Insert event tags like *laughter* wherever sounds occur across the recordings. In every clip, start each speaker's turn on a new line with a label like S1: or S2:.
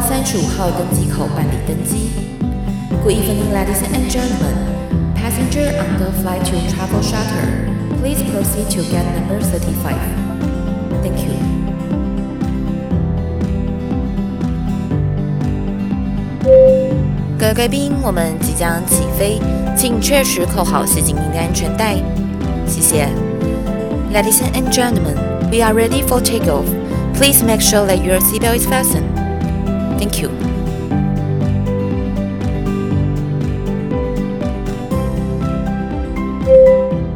S1: 三十五号登机口办理登机。Good evening, ladies and gentlemen. Passenger on the flight to Travel Charter, please proceed to gate number thirty-five. Thank you. 各位贵宾，我们即将起飞，请确实扣好系紧您的安全带，谢谢。Ladies and gentlemen, we are ready for takeoff. Please make sure that your seatbelt is fastened. Thank you.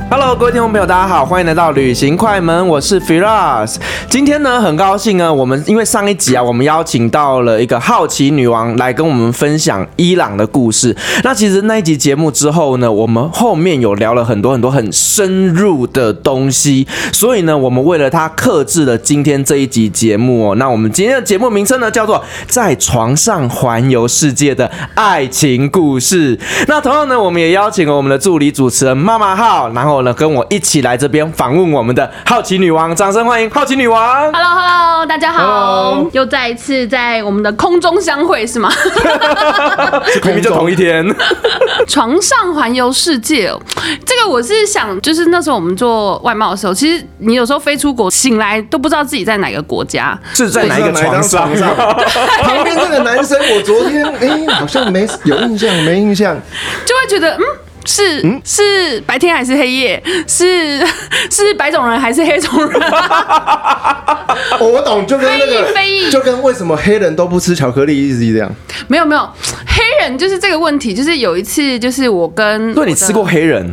S2: 哈 Hello，各位听众朋友，大家好，欢迎来到旅行快门，我是 Firas。今天呢，很高兴啊呢，我们因为上一集啊，我们邀请到了一个好奇女王来跟我们分享伊朗的故事。那其实那一集节目之后呢，我们后面有聊了很多很多很深入的东西，所以呢，我们为了她克制了今天这一集节目哦。那我们今天的节目名称呢，叫做《在床上环游世界的爱情故事》。那同样呢，我们也邀请了我们的助理主持人妈妈号，然后呢，跟我一起来这边访问我们的好奇女王，掌声欢迎好奇女王。
S3: Hello Hello，大家好
S2: Hello
S3: 又再一次在我们的空中相会是吗？ *laughs*
S2: 明明就同一天，
S3: 床上环游世界、哦，这个我是想，就是那时候我们做外贸的时候，其实你有时候飞出国醒来都不知道自己在哪个国家，
S2: 是在哪一个床上？
S4: 上？
S2: *laughs*
S4: 旁边这个男生，我昨天哎、好像没有印象，没印象。
S3: 就会觉得嗯。是是白天还是黑夜？是 *laughs* 是白种人还是黑种
S2: *laughs*
S3: 人？
S4: 哦，我懂，就跟那个
S3: 非议非议
S4: 就跟为什么黑人都不吃巧克力是一样。
S3: 没有没有，黑人就是这个问题。就是有一次，就是我跟
S2: 对，你吃过黑人，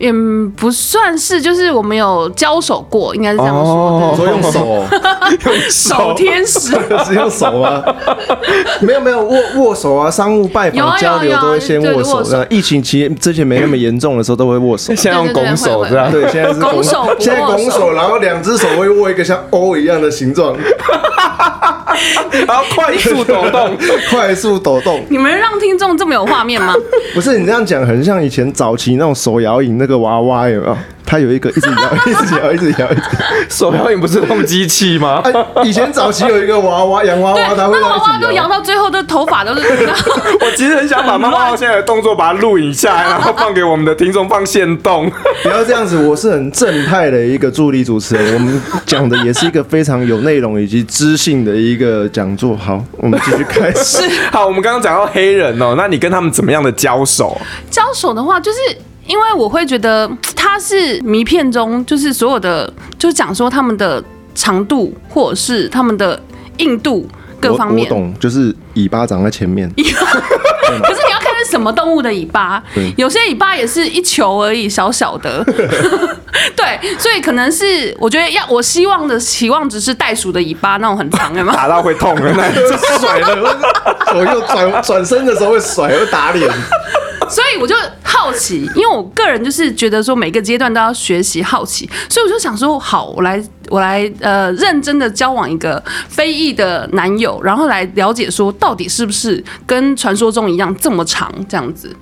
S3: 嗯，不算是，就是我们有交手过，应该是这样说。
S2: 哦
S4: 我说用手、
S3: 手天
S4: *laughs*
S3: 使，
S4: 哦， *laughs* 是用手吗？没有没有，握握手啊，商务拜
S3: 有啊有
S4: 访
S3: 啊
S4: 交流都会先
S3: 对
S4: 握
S3: 握
S4: 手
S3: 手
S4: 的。疫情期之前没那么严重的时候都会握
S2: *laughs*
S4: 手。
S2: 现在用拱手这样。
S4: 对，现在是
S3: 拱手不握手
S4: 现在拱手，然后两只手会握一个像 O 一样的
S2: *laughs*
S4: 形状，
S2: 然后快速抖动。
S4: 快速抖动。
S3: 你们让听众这么有画面
S4: *laughs*
S3: 吗？
S4: 不是你这样讲，很像以前早期那种手摇椅那个娃娃有没有？它有一个一直 *laughs* 摇，一直摇，一直摇，一直
S2: 手摇影不是弄机器吗？
S4: *laughs* 摇。啊，以前早期有一个娃娃，洋娃
S3: 对，
S4: 娃，它会
S3: 那娃娃
S4: 一
S3: 都
S4: 直
S3: 摇
S4: 摇。
S3: 到最后的头发都是， *laughs*
S2: 我 *laughs* 其实很想把妈妈现在的动作把它录影下来，然后放给我们的听众放现动。
S4: 不要这样子，我是很正派的一个助理主持人，我们讲的也是一个非常有内容以及知性的一个讲座。好，我们继续开 *laughs* 始。
S2: *laughs* 好，我们刚刚讲到黑人哦，那你跟他们怎么样的交手？
S3: 交手的话，就是因为我会觉得嗯它是迷片中，就是所有的，就是讲说他们的长度或者是他们的硬度各
S4: 我
S3: 方
S4: 我
S3: 面。
S4: 懂，就是尾巴长在前 *laughs* 面，
S3: 可是你要看是什么动物的尾巴
S4: 对，
S3: 有些尾巴也是一球而已，小小
S4: *laughs*
S3: 的。对，所以可能是我觉得要我希望的期望值是袋鼠的尾巴那种很长的吗？
S2: 打到会痛的那一种。
S4: 甩了，左右转转身的时候会甩，会打脸。
S3: 所以我就好奇，因为我个人就是觉得说每个阶段都要学习好奇，所以我就想说，好，我来我来呃认真的交往一个非裔的男友，然后来了解说到底是不是跟传说中一样这么长这样子。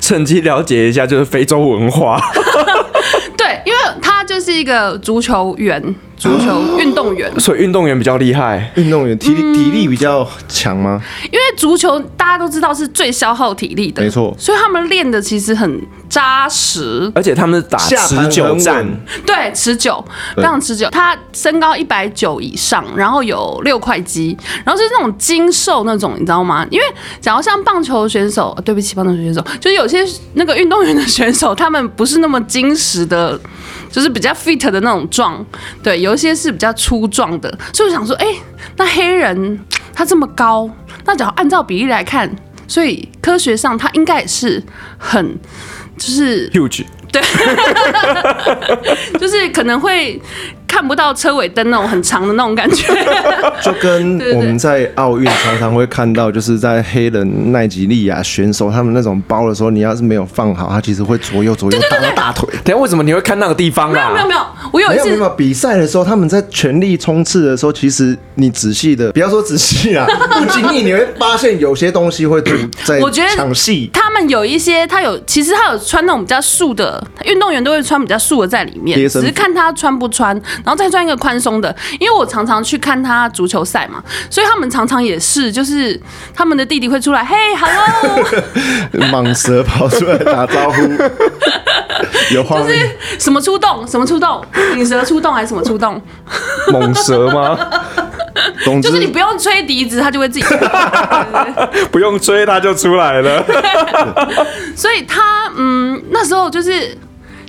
S2: 趁机了解一下，就是非洲文化。 *laughs*
S3: 对，因为他就是一个足球员，足球运动员，
S2: 所以运动员比较厉害，
S4: 运动员体力体力比较强吗？
S3: 因为足球大家都知道是最消耗体力的，
S4: 没错
S3: 所以他们练的其实很扎实，
S2: 而且他们是打
S4: 下盘
S2: 持
S4: 很
S2: 久
S4: 稳
S3: 啊
S2: 战，
S3: 对，持久，非
S4: 对
S3: 常持久。他身高一百九以上，然后有六块肌，然后就是那种精瘦那种，你知道吗？因为假如像棒球选手，呃对不起，棒球选手，就是有些那个运动员的选手，他们不是那么精实的，就是比较 fit 的那种壮，对，有一些是比较粗壮的。所以我想说，哎、那黑人他这么高，那假如按照比例来看，所以科学上他应该也是很。就是
S2: ，huge。
S3: 就是可能会看不到车尾灯那种很长的那种感觉。
S4: 就跟
S3: 对对
S4: 我们在奥运常常会看到，就是在黑人奈及利亚选手他们那种包的时候，你要是没有放好，他其实会左右左右打到大腿。
S2: 等一下为什么你会看那个地方
S3: 没 *laughs* 有没有
S2: 啊？
S3: 没有，我有
S4: 没
S3: 一
S4: 有没有没
S3: 次
S4: 有，比赛的时候，他们在全力冲刺的时候，其实你仔细 *laughs* 的，不要说仔细啊，不经意你会发现有些东西会堵在
S3: 我觉得
S4: 场戏。
S3: 他们但有一些他有，其实他有穿那种比较束的，运动员都会穿比较束的在里面，
S4: 贴身
S3: 只
S4: 服
S3: 是看他穿不穿，然后再穿一个宽松的。因为我常常去看他足球赛嘛，所以他们常常也是，就是他们的弟弟会出来，嘿，hello， *laughs*
S4: 蟒蛇跑出来打招呼，有画面，
S3: 什么出动，什么出动，引蛇出洞还是什么出动？
S2: 猛蛇吗？ *laughs*
S4: 总之
S3: 就是你不用吹笛子，他就会自己出来。
S2: 不用追它就出来
S3: *laughs*
S2: 了。
S3: 所以他嗯那时候就是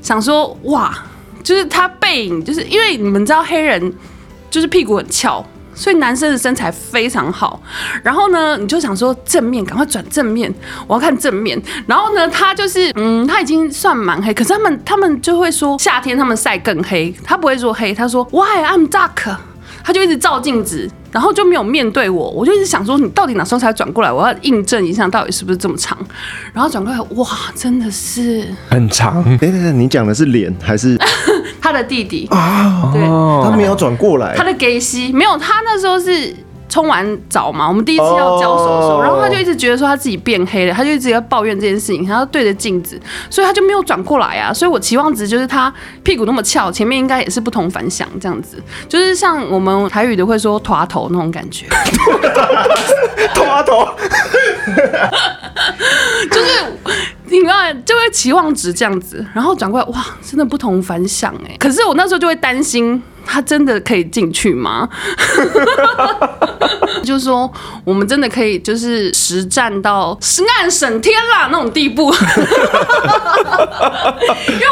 S3: 想说哇，就是他背影，就是因为你们知道黑人就是屁股很翘。所以男生的身材非常好，然后呢，你就想说正面，赶快转正面，我要看正面。然后呢，他就是，嗯，他已经算蛮黑，可是他们他们就会说夏天他们晒更黑，他不会说黑，他说 Why I'm dark，他就一直照镜子，然后就没有面对我，我就一直想说你到底哪时候才转过来，我要印证一下到底是不是这么长。然后转过来，哇，真的是
S2: 很长
S4: 哎等等等，你讲的是脸还是？
S3: 他的弟弟对，
S4: 他没有转过来
S3: 哦他，的给西没有，他那时候是。冲完澡嘛，我们第一次要交手的时候
S4: 哦
S3: 然后他就一直觉得说他自己变黑了，他就一直要抱怨这件事情，然后对着镜子，所以他就没有转过来啊。所以我期望值就是他屁股那么翘，前面应该也是不同凡响这样子，就是像我们台语的会说“滑头”那种感觉。
S2: 抓头。
S3: 你看，就会期望值这样子，然后转过来，哇，真的不同凡响哎。可是我那时候就会担心，他真的可以进去吗？ *laughs* 就是说，我们真的可以就是实战到十案省天啦那种地步， *laughs* 因为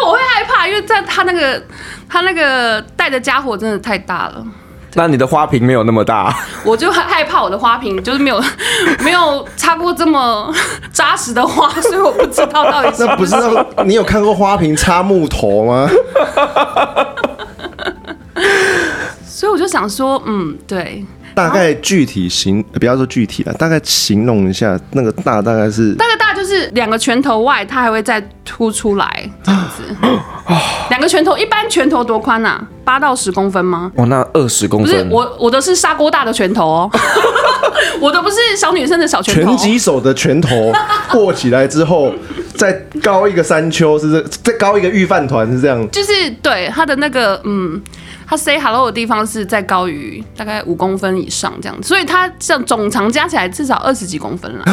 S3: 我会害怕，因为在他那个他那个带的家伙真的太大了。
S2: 那你的花瓶没有那么大，
S3: 我就很害怕我的花瓶就是没有 *laughs* 没有插过这么扎实的花，所以我不知道到底是
S4: 那不是那？你有看过花瓶插木头吗？
S3: 所以我就想说，嗯，对，
S4: 大概具体形，呃不要说具体了，大概形容一下那个大大概是
S3: 大概大概就是两个拳头外，它还会再凸出来这样子。两个拳头，一般拳头多宽啊？八到十公分吗？
S2: 哇，哦那二十公
S3: 不是
S2: 分，，
S3: 我我的是砂锅大的拳头哦，我的不是小女生的小拳头
S4: 拳
S3: 哦。
S4: 击手的拳
S3: *laughs*
S4: 头握起来之后，再高一个山丘，是这再高一个御饭团是这样。
S3: 就是对它的那个嗯，它 say hello 的地方是在高于大概五公分以上这样子，所以它这样总长加起来至少二十几公分了。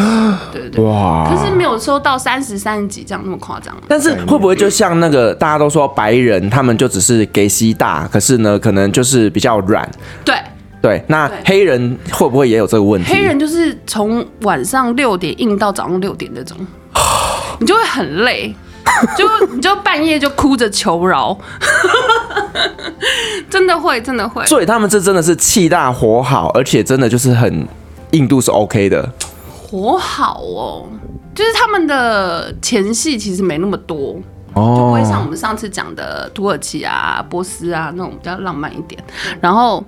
S3: 对对对，
S2: 哇
S3: 可是没有说到三十、三十几这样那么夸张。
S2: 但是会不会就像那个大家都说白人，他们就只是给西大，可是呢，可能就是比较软。
S3: 对，
S2: 对，那
S3: 对
S2: 黑人会不会也有这个问题？
S3: 黑人就是从晚上六点硬到早上六点那种， *sighs* 你就会很累，就 *laughs* 你就半夜就哭着求饶， *laughs* 真的会，真的会。
S2: 所以他们这真的是气大火好，而且真的就是很硬度是 OK 的。
S3: 活好哦，就是他们的前戏其实没那么多，就不
S2: 哦
S3: 会像我们上次讲的土耳其啊、波斯啊那种比较浪漫一点。然后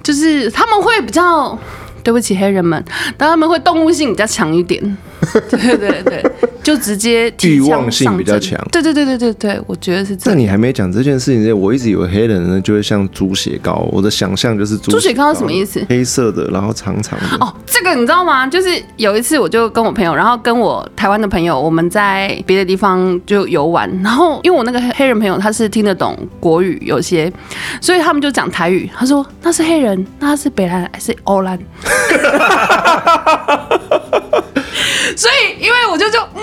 S3: 就是他们会比较，对不起黑人们，但他们会动物性比较强一点。
S4: *laughs*
S3: 对对对，就直接提枪
S4: 欲望性比较
S3: 上
S4: 强
S3: 阵对对对对对对，我觉得是这
S4: 在
S3: 样。
S4: 你还没讲这件事情之前，我一直以为黑人呢就会像猪血糕，我的想象就是猪
S3: 猪血糕是什么意思
S4: 黑色的，然后长长的。
S3: 哦，这个你知道吗？就是有一次，我就跟我朋友，然后跟我台湾的朋友，我们在别的地方就游玩，然后因为我那个黑黑人朋友他是听得懂国语有些，所以他们就讲台语。他说那是黑人，那他是北兰还是欧兰？ *laughs* 所以，因为我就就嗯，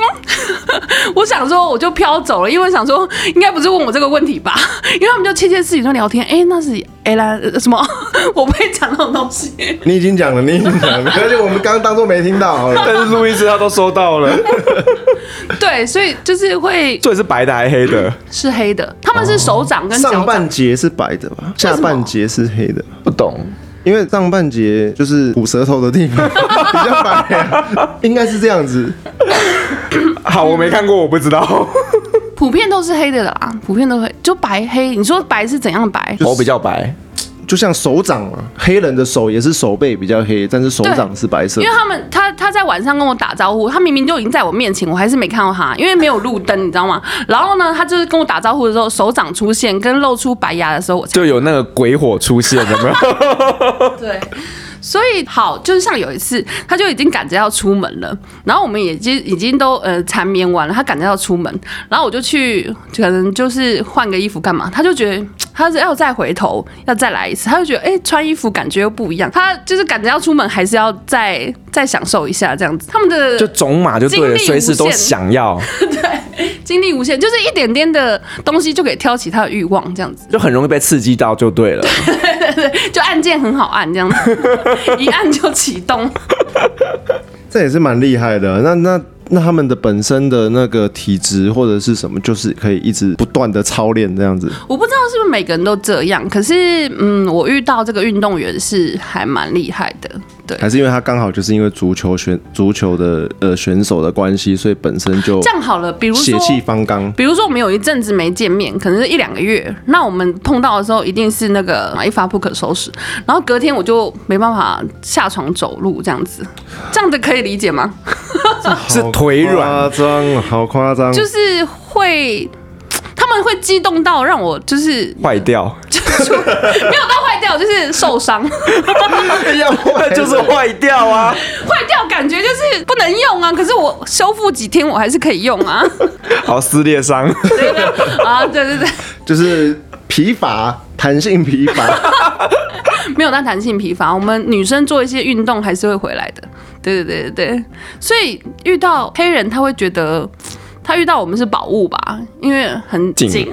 S3: *laughs* 我想说我就飘走了，因为想说应该不是问我这个问题吧， *laughs* 因为他们就窃窃私语在聊天，哎、那是哎啦呃什么， *laughs* 我不会讲那种东西。
S4: 你已经讲了，你已
S3: *laughs*
S4: 经讲了，而且我们刚刚当做没听到好了。
S2: 但是路易斯他都收到
S3: *laughs*
S2: 了，
S3: 对，所以就是会
S2: 所以是白的还黑的，
S3: 是黑的，他们是手掌跟脚
S4: 上
S3: 掌
S4: 半。截是白的吧？
S3: 什么
S4: 下半截是黑的，
S2: 不懂。
S4: 因为上半截就是骨舌头的地方 *laughs* 比较白啊，应该是这样子。
S2: 好，我没看过，我不知道。
S3: 普遍都是黑的啦，普遍都会就白黑。你说白是怎样白？
S2: *laughs* 我比较白，
S4: 就像手掌啊，黑人的手也是手背比较黑，但是手掌是白色
S3: 因
S4: 的
S3: 为。他们他他在晚上跟我打招呼，他明明就已经在我面前，我还是没看到他，因为没有路灯，你知道吗？然后呢，他就是跟我打招呼的时候，手掌出现跟露出白牙的时候，我才
S2: 就有那个鬼火出现，有没有？
S3: 对。所以好，就是像有一次，他就已经赶着要出门了，然后我们已经已经都呃缠绵完了，他赶着要出门，然后我就去，可能就是换个衣服干嘛，他就觉得他是要再回头，要再来一次，他就觉得哎、诶穿衣服感觉又不一样，他就是赶着要出门，还是要再再享受一下这样子，他们
S2: *laughs*
S3: 的
S2: 就种马就对了，
S3: 精力无限
S2: 随时都想要，
S3: 精力无限，就是一点点的东西就可以挑起他的欲望，这样 *laughs* 子，
S2: 就很容易被刺激到就对了。
S3: 就按键很好按，这样子，一按就启动。
S4: 这也是蛮厉害的。啊那那那他们的本身的那个体质或者是什么，就是可以一直不断的操练这样子。
S3: 我不知道是不是每个人都这样，可是嗯，我遇到这个运动员是还蛮厉害的，对。
S4: 还是因为他刚好就是因为足球选足球的呃选手的关系，所以本身就
S3: 这样好了，比如
S4: 血
S3: 说，
S4: 气方刚。
S3: 比如说我们有一阵子没见面，可能是一两个月，那我们碰到的时候一定是那个一发不可收拾，然后隔天我就没办法下床走路这样子，这样子可以理解吗？
S4: 哦
S2: 是腿软
S4: 夸张，好夸张。
S3: 就是会。他们会激动到让我就是
S2: *laughs* 坏掉，
S3: *laughs* 没有到坏掉，就是受伤，坏
S2: 要坏 *laughs* 就是坏掉啊！
S3: 掉感觉就是不能用啊。可是我修复几天，我还是可以用啊。
S2: 好撕裂伤，
S3: 对的啊，对对对，
S4: 就是疲乏，弹性疲乏。
S3: 没有到弹性疲乏，我们女生做一些运动还是会回来的。对对对对对，所以遇到黑人他会觉得他遇到我们是宝物吧，因为很
S2: 紧
S3: 紧，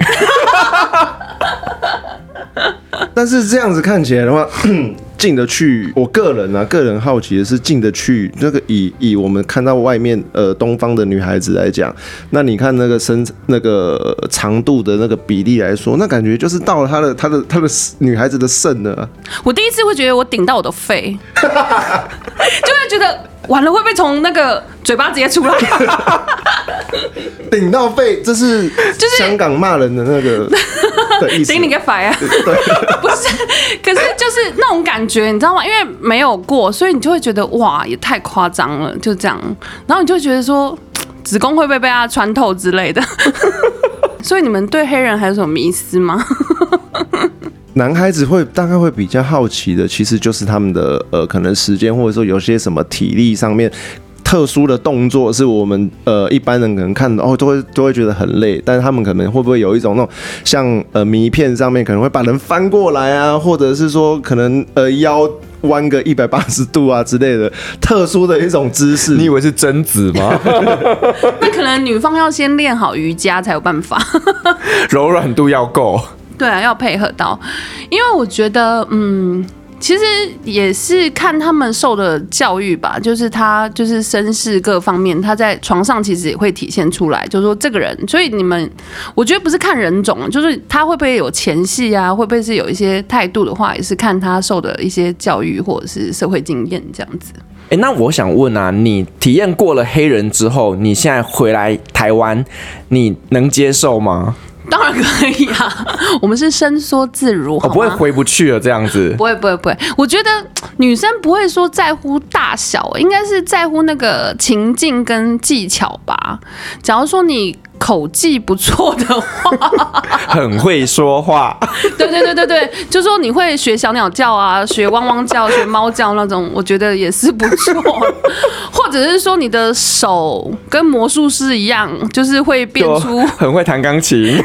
S4: 但是这样子看起来的话， *clears throat* 进得去。我个人啊，个人好奇的是进得去那个以以我们看到外面呃东方的女孩子来讲，那你看那个身那个呃长度的那个比例来说，那感觉就是到了她的她的她的女孩子的肾了啊。
S3: 我第一次会觉得我顶到我的肺，就会觉得完了会不会从那个嘴巴直接出来？
S4: 顶到肺，这 *laughs* 是
S3: 就是
S4: 香港骂人的那 *laughs* 个的意思。
S3: 顶你个肺啊！ *laughs* 不是，可是就是那种感觉，你知道吗？因为没有过，所以你就会觉得哇，也太夸张了，就这样。然后你就会觉得说，子宫会不会被它穿透之类的？ *laughs* 所以你们对黑人还有什么迷思吗？
S4: 男孩子会大概会比较好奇的，其实就是他们的呃，可能时间或者说有些什么体力上面。特殊的动作是我们呃一般人可能看到哦都会都会觉得很累，但是他们可能会不会有一种那种像呃迷片上面可能会把人翻过来啊，或者是说可能呃腰弯个一百八十度啊之类的特殊的一种姿势。
S2: *laughs* 你以为是贞子吗？ *laughs*
S3: 那可能女方要先练好瑜伽才有办法。
S2: 柔软度要够，
S3: 对啊，要配合到，因为我觉得，嗯，其实也是看他们受的教育吧，就是他就是身世各方面，他在床上其实也会体现出来，就是说这个人，所以你们，我觉得不是看人种，就是他会不会有前戏啊，会不会是有一些态度的话，也是看他受的一些教育或者是社会经验这样子。
S2: 哎、那我想问啊，你体验过了黑人之后，你现在回来台湾，你能接受吗？
S3: 当然可以啊， *laughs* 我们是伸缩自如，
S2: 我、
S3: 好
S2: 哦不会
S3: 吗
S2: 回不去了，这样子
S3: *laughs* 不会不会不会，我觉得女生不会说在乎大小，应该是在乎那个情境跟技巧吧。假如说你口技不错的话，
S2: 很会说
S3: *laughs*
S2: 话，
S3: 对对对对对，就说你会学小鸟叫啊，学汪汪叫，学猫叫那种，我觉得也是不错。或者是说你的手跟魔术师一样，就是会
S2: *laughs*
S3: 变
S2: 就
S3: 出
S2: 很会弹钢琴，
S3: *laughs*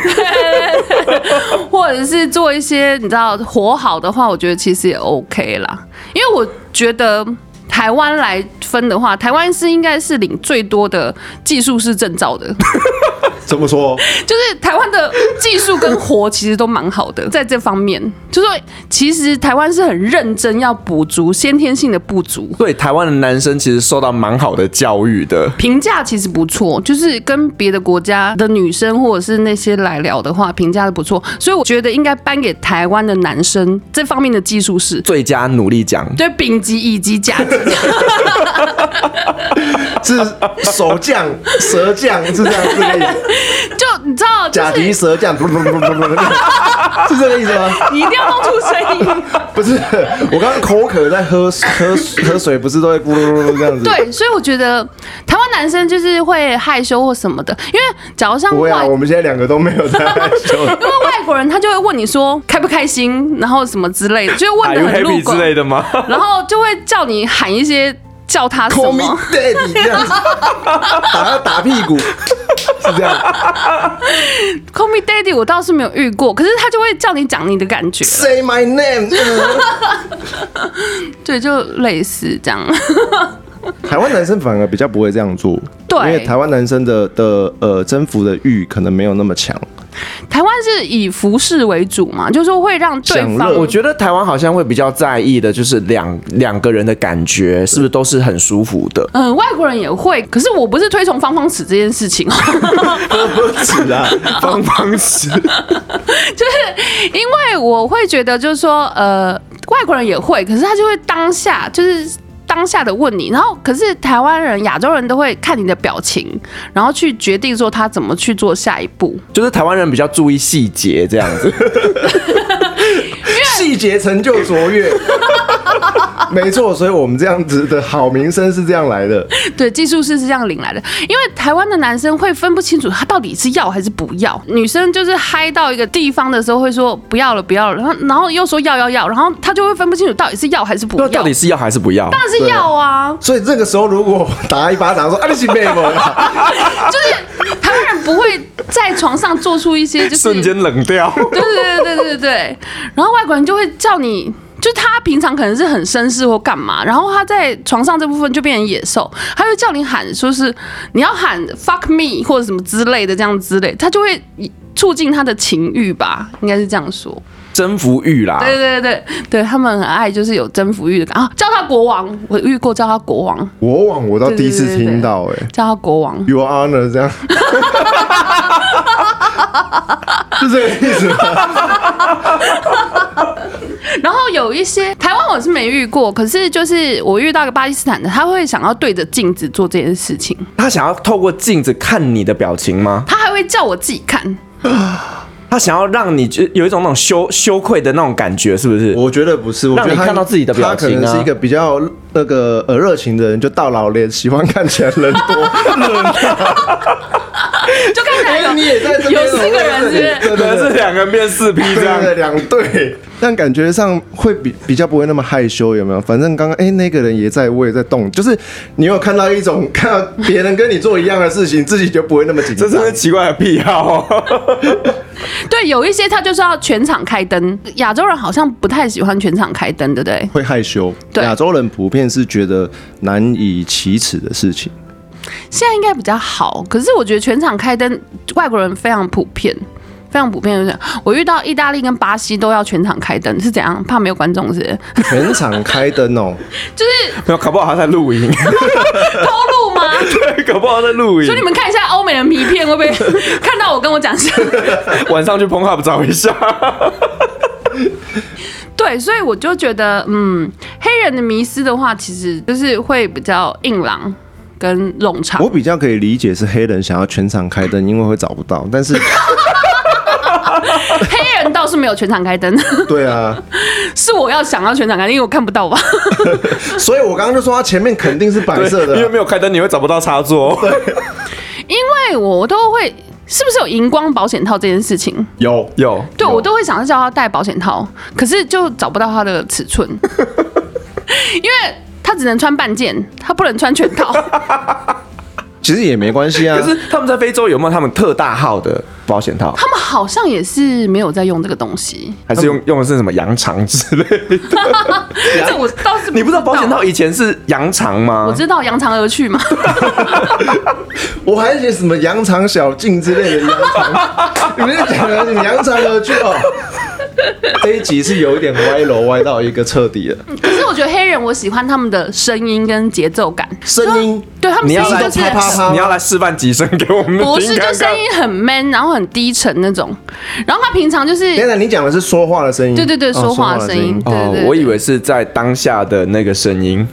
S3: 或者是做一些你知道活好的话，我觉得其实也 OK 啦，因为我觉得。台湾来分的话，台湾是应该是领最多的技术师证照的，
S4: 怎么说？
S3: 就是台湾的技术跟活其实都蛮好的，在这方面，就说其实台湾是很认真要补足先天性的不足，
S2: 对台湾的男生其实受到蛮好的教育的。
S3: 评价其实不错，就是跟别的国家的女生或者是那些来聊的话，评价的不错，所以我觉得应该颁给台湾的男生这方面的技术是
S2: 最佳努力奖，
S3: 对丙级、乙级、甲级，
S4: 是手降、舌降，是这样之类的。
S3: *laughs* 就你知道有，就
S4: 假
S3: 是
S4: 皮蛇 *laughs* 这样，咚咚咚咚咚咚是这个意思吗？
S3: 你一定要弄出声
S4: *laughs*
S3: 音。
S4: 不是，我刚刚口渴在喝喝喝水，不是都会咕噜噜噜这样子？，
S3: 对，所以我觉得台湾男生就是会害羞或什么的，因为假如像
S4: 不会啊，
S3: 外
S4: 我们现在两个都没有
S3: *laughs*
S4: 在害羞。
S3: 因为外国人他就会问你说开不开心，然后什么之类的，就会问
S2: Are
S3: 的
S2: you
S3: 很露
S2: happy
S3: 骨
S2: 之，类的吗？
S3: *laughs* 然后就会叫你喊一些叫他什
S4: Call me
S3: 么。
S4: daddy 这样子，打他打屁股，是这样。
S3: *laughs* Call me daddy，我倒是没有遇过，可是他就会叫你讲你的感
S4: *laughs*
S3: 觉，
S4: Say my name 呃。
S3: 对，就类似这样。 *laughs*
S4: 台湾男生反而比较不会这样做，
S3: 对
S4: 因为台湾男生的的呃征服的欲可能没有那
S3: *laughs*
S4: 么强。
S3: 台湾是以服饰为主嘛，就是说会让对
S4: 享
S3: 方
S4: 乐
S2: 我觉得台湾好像会比较在意的，就是两两个人的感觉是不是都是很舒服的？
S3: 嗯、外国人也会，可是我不是推崇方方尺这件事情哦， *laughs*
S4: 不止啊，
S2: 方方式
S3: 就是因为我会觉得，就是说，呃，外国人也会，可是他就会当下就是当下的问你，然后可是台湾人、亚洲人都会看你的表情，然后去决定说他怎么去做下一步。
S2: 就是台湾人比较注意细节这样子。
S4: 细节成就卓
S3: *laughs*
S4: 越。没错，所以我们这样子的好名声是这样来的。
S3: 对，技术师是这样领来的，因为台湾的男生会分不清楚他到底是要还是不要，女生就是嗨到一个地方的时候会说不要了不要了，然后然后又说要要要，然后他就会分不清楚到底是要还是不
S2: *laughs* 那
S3: 要，
S2: 啊到底是要还是不要？
S3: 当然是要啊，
S4: 所以这个时候，如果打一巴掌说“啊，你是妹妹啊
S3: 就是台湾人不会在床上做出一些就是
S2: 瞬间冷掉。
S3: 对对对对对对。然后外国人就会叫你，就他平常可能是很绅士或干嘛，然后他在床上这部分就变成野兽，他就叫你喊，说是你要喊 fuck me 或者什么之类的，这样之类，他就会促进他的情欲吧，应该是这样说。
S2: 征服欲啦，
S3: 对对对对，他们很爱就是有征服欲的感啊，叫他国王，我遇过叫他国王，”，
S4: 国王我倒第一次听到、哎
S3: 叫他国王。
S4: ，Your Honor 这样， *laughs* 是这个意思吗？
S3: 然后有一些台湾我是没遇过，可是就是我遇到一个巴基斯坦的，他会想要对着镜子做这件事情。
S2: 他想要透过镜子看你的表情吗？
S3: 他还会叫我自己看，
S2: 他想要让你就有一种那种羞羞愧的那种感觉，是不是？
S4: 我觉得不是，我觉
S2: 让
S4: 得
S2: 你
S4: 他
S2: 看到自己的表情啊
S4: 他可能是一个比较那个呃热情的人，就到老了也喜欢看起来人多。
S3: 就看起来有
S4: 哎你也在这边
S3: 有四个人是不是
S4: 对对
S2: *laughs* 可能是两个人变四 P
S4: 对
S2: 这样。
S4: *laughs* 对，两队，但感觉上会比比较不会那么害羞，有没有？反正刚刚哎，那个人也在，我也在动，就是你有看到一种看到别人跟你做一样的事情，自己就不会那么紧
S2: 这
S4: 张
S2: 是。个奇怪的癖好、 *laughs* 哦，
S3: 对，有一些他就是要全场开灯，亚洲人好像不太喜欢全场开灯，对不对？
S4: 会害羞，
S3: 对
S4: 亚洲人普遍是觉得难以启齿的事情。
S3: 现在应该比较好，可是我觉得全场开灯，外国人非常普遍，非常普遍就是我遇到意大利跟巴西都要全场开灯，是怎样？怕没有观众是不
S4: *laughs*
S3: 是
S4: 全场开灯
S3: *laughs*
S4: 哦，
S2: 没有，搞不好他在露营，
S3: 偷录吗？ *laughs*
S2: 搞不好他在露营
S3: 所以。你们看一下欧美人迷片会不会 *laughs* 看到我跟我讲声？
S2: 晚上去 p o n h u b 找一下。
S3: 对，所以我就觉得，嗯，黑人的迷思的话，其实就是会比较硬朗跟冗长
S4: 我。比较可以理解是黑人想要全场开灯，因为会找不到。但是，
S3: *laughs* 黑人倒是没有全场开灯， *laughs*
S4: 对啊，
S3: 是我要想要全场开灯，因为我看不到吧。
S4: 所以我刚刚就说他前面肯定是白色
S2: 因为
S4: 的啊
S2: 没有开灯，你会找不到插座。
S3: 因为我都会，是不是有荧光保险套这件事情？
S4: 有
S2: 有，
S3: 对我都会想要叫他戴保险套，可是就找不到他的尺寸， *laughs* 因为他只能穿半件，他不能穿全套。 *laughs*
S4: 其实也没关系啊。
S2: 可是他们在非洲有没有他们特大号的保险套？
S3: 他们好像也是没有在用这个东西，
S2: 还是用用的是什么羊肠之类的？
S3: 这我倒是
S2: 啊你不知道保险套以前是羊肠
S3: 我
S2: 吗？
S3: 知道 *laughs* 扬长而去嘛，
S4: 我还写什么羊肠小径之类的羊肠，你们在讲的是羊肠而去哦。这一集是有一点歪楼歪到一个彻底了，
S3: 可是我觉得黑人我喜欢他们的声音跟节奏感，
S4: 声音
S3: 对他们
S2: 你
S3: 声
S2: 要
S3: 音
S2: 来
S3: 就是
S4: 啪啪啪
S2: 你要来示范几声给我们
S3: 不
S2: 听
S3: 是，就
S2: 看
S3: 声
S2: 看。
S3: 音很 man，然后很低沉那种。然后他平常就是，
S4: 等等，你讲的是说话的声音，
S3: 对对对，
S4: 哦
S3: 说话
S4: 的
S3: 声音，。对对
S2: 哦
S3: 对，
S2: 我以为是在当下的那个声音，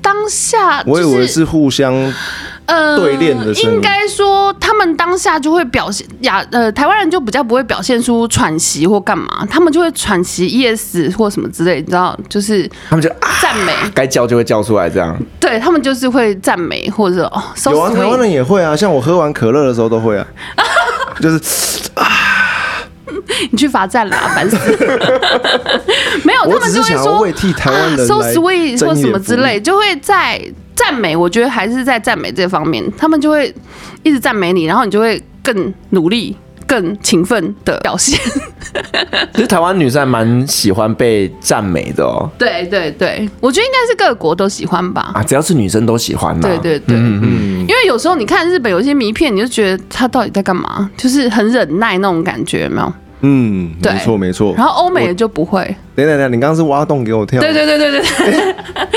S3: 当下、就
S4: 我以为是互相
S3: 呃，
S4: 对练的声音
S3: 应该说他们当下就会表现亚呃，台湾人就比较不会表现出喘息或干嘛，他们就会喘息 yes 或什么之类，你知道，就是
S2: 他们就啊，
S3: 赞美，
S2: 该叫就会叫出来，这样
S3: 对他们就是会赞美或者哦，so
S4: 有啊，台湾
S3: sweet，
S4: 人也会啊，像我喝完可乐的时候
S3: *laughs*
S4: 都会啊，就是
S3: 你去罚站啦，
S4: *laughs*
S3: 烦死了，没有，
S4: 我
S3: 他们
S4: 只是
S3: 就会
S4: 想要
S3: 说
S4: 为替台湾人
S3: 啊、so
S4: 来
S3: sweet
S4: 争
S3: 或
S4: 一
S3: 什
S4: 点
S3: 么
S4: 福
S3: 之
S4: 利
S3: 类，就会在赞美。我觉得还是在赞美这方面，他们就会一直赞美你，然后你就会更努力、更勤奋的表现。
S2: 其实台湾女生还蛮喜欢被赞美的哦，
S3: 对对对，我觉得应该是各国都喜欢吧。
S2: 啊，只要是女生都喜欢嘛。
S3: 对对对，
S4: 嗯
S3: 因为有时候你看日本有一些迷片，你就觉得他到底在干嘛，就是很忍耐那种感觉，有没有？
S4: 嗯，
S3: 对
S4: 没错没错。
S3: 然后欧美就不会。
S4: 等一下等一下，你刚刚是挖洞给我跳，
S3: 对对对对对，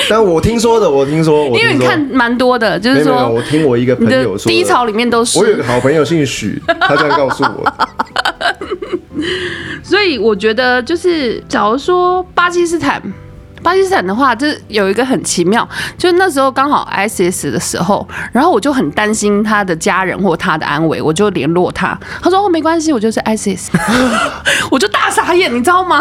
S4: 但我听说的，我听说，我听
S3: 因为你
S4: 说
S3: 看蛮多的，就
S4: 没
S3: 是
S4: 有没有，
S3: 说
S4: 我听我一个
S3: 你
S4: 朋
S3: 的
S4: 友说的
S3: 低潮里面都
S4: 我有
S3: 是
S4: 一个。好朋友姓许，他这样告诉
S3: *laughs*
S4: 我，
S3: 所以我觉得就是，假如说巴基斯坦，巴基斯坦的话，就是有一个很奇妙，就是那时候刚好 ISIS 的时候，然后我就很担心他的家人或他的安危，我就联络他，他说哦没关系，我就是 ISIS，我 *laughs* 就大傻眼，你知道吗？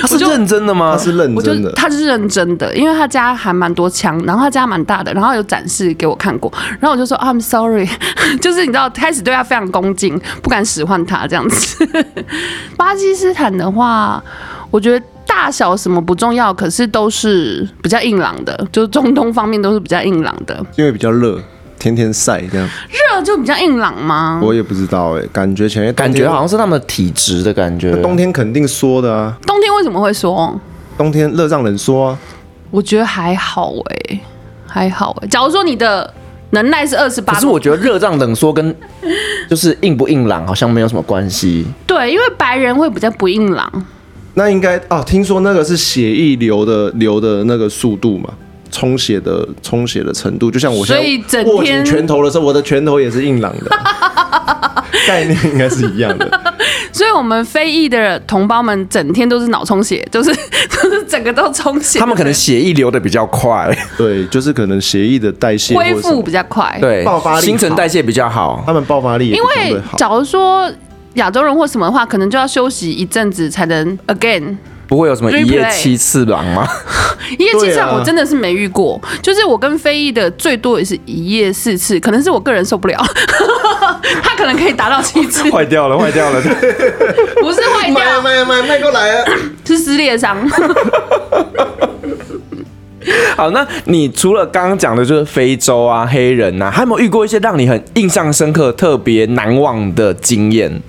S2: 她是认真的
S4: 他
S2: 吗？
S4: 是认
S3: 我就
S4: 真的，
S3: 他是认真的，因为他家还蛮多枪，然后他家蛮大的，然后有展示给我看过，然后我就说啊 I'm sorry，就是 *laughs* 你知道开始对他非常恭敬，不敢使唤他这样子。 *laughs* 巴基斯坦的话，我觉得。大小什么不重要，可是都是比较硬朗的，就是中东方面都是比较硬朗的。
S4: 因为比较热，天天晒这样，
S3: 热就比较硬朗吗？
S4: 我也不知道哎，感觉前面
S2: 感觉好像是他们的体质的感觉。
S4: 冬天肯定缩的啊，
S3: 冬天为什么会说？
S4: 冬天热让人缩啊，
S3: 我觉得还好哎、还好哎、假如说你的能耐是二十八，
S2: 可是我觉得热胀冷缩跟就是硬不硬朗好像没有什么关系。
S3: 对，因为白人会比较不硬朗，
S4: 那应该哦，听说那个是血液流的流的那个速度嘛。充血的充血的程度，就像我现
S3: 所以
S4: 在
S3: 整
S4: 握
S3: 天
S4: 紧拳头的时候，我的拳头也是硬
S3: *laughs*
S4: 朗的，概念应该是一样的。
S3: 所以我们非裔的同胞们整天都是脑充血， *laughs* 就是就是整个都充血，
S2: 他们可能血液流的比较快，
S4: 对，就是可能血液的代谢或
S3: 恢
S4: 者什么
S3: 复比较快。，
S2: 对，
S4: 爆发力好
S2: 新陈代谢比较好。
S4: 他们爆发力也
S3: 因
S4: 不相对
S3: 为
S4: 好。
S3: 假如说亚洲人或什么的话，可能就要休息一阵子才能 again。
S2: 不会有什么一
S3: Replay
S2: 夜七次郎吗？
S3: *laughs* 一夜七
S4: 对
S3: 次
S4: 啊
S3: 我真的是没遇过，就是我跟非裔的最多也是一夜四次，可能是我个人受不了， *laughs* 他可能可以达到七
S2: *laughs* *laughs*
S3: 次，
S2: 坏掉了，坏掉了！
S3: 不是坏
S4: 买
S2: *laughs*
S4: 啊
S3: 掉，
S4: 买啊买啊，卖过来啊！
S3: 是撕裂伤。 *laughs*
S2: 好，那你除了刚刚讲的，就是非洲啊、黑人呐、啊，还有没有遇过一些让你很印象深刻、特别难忘的经验？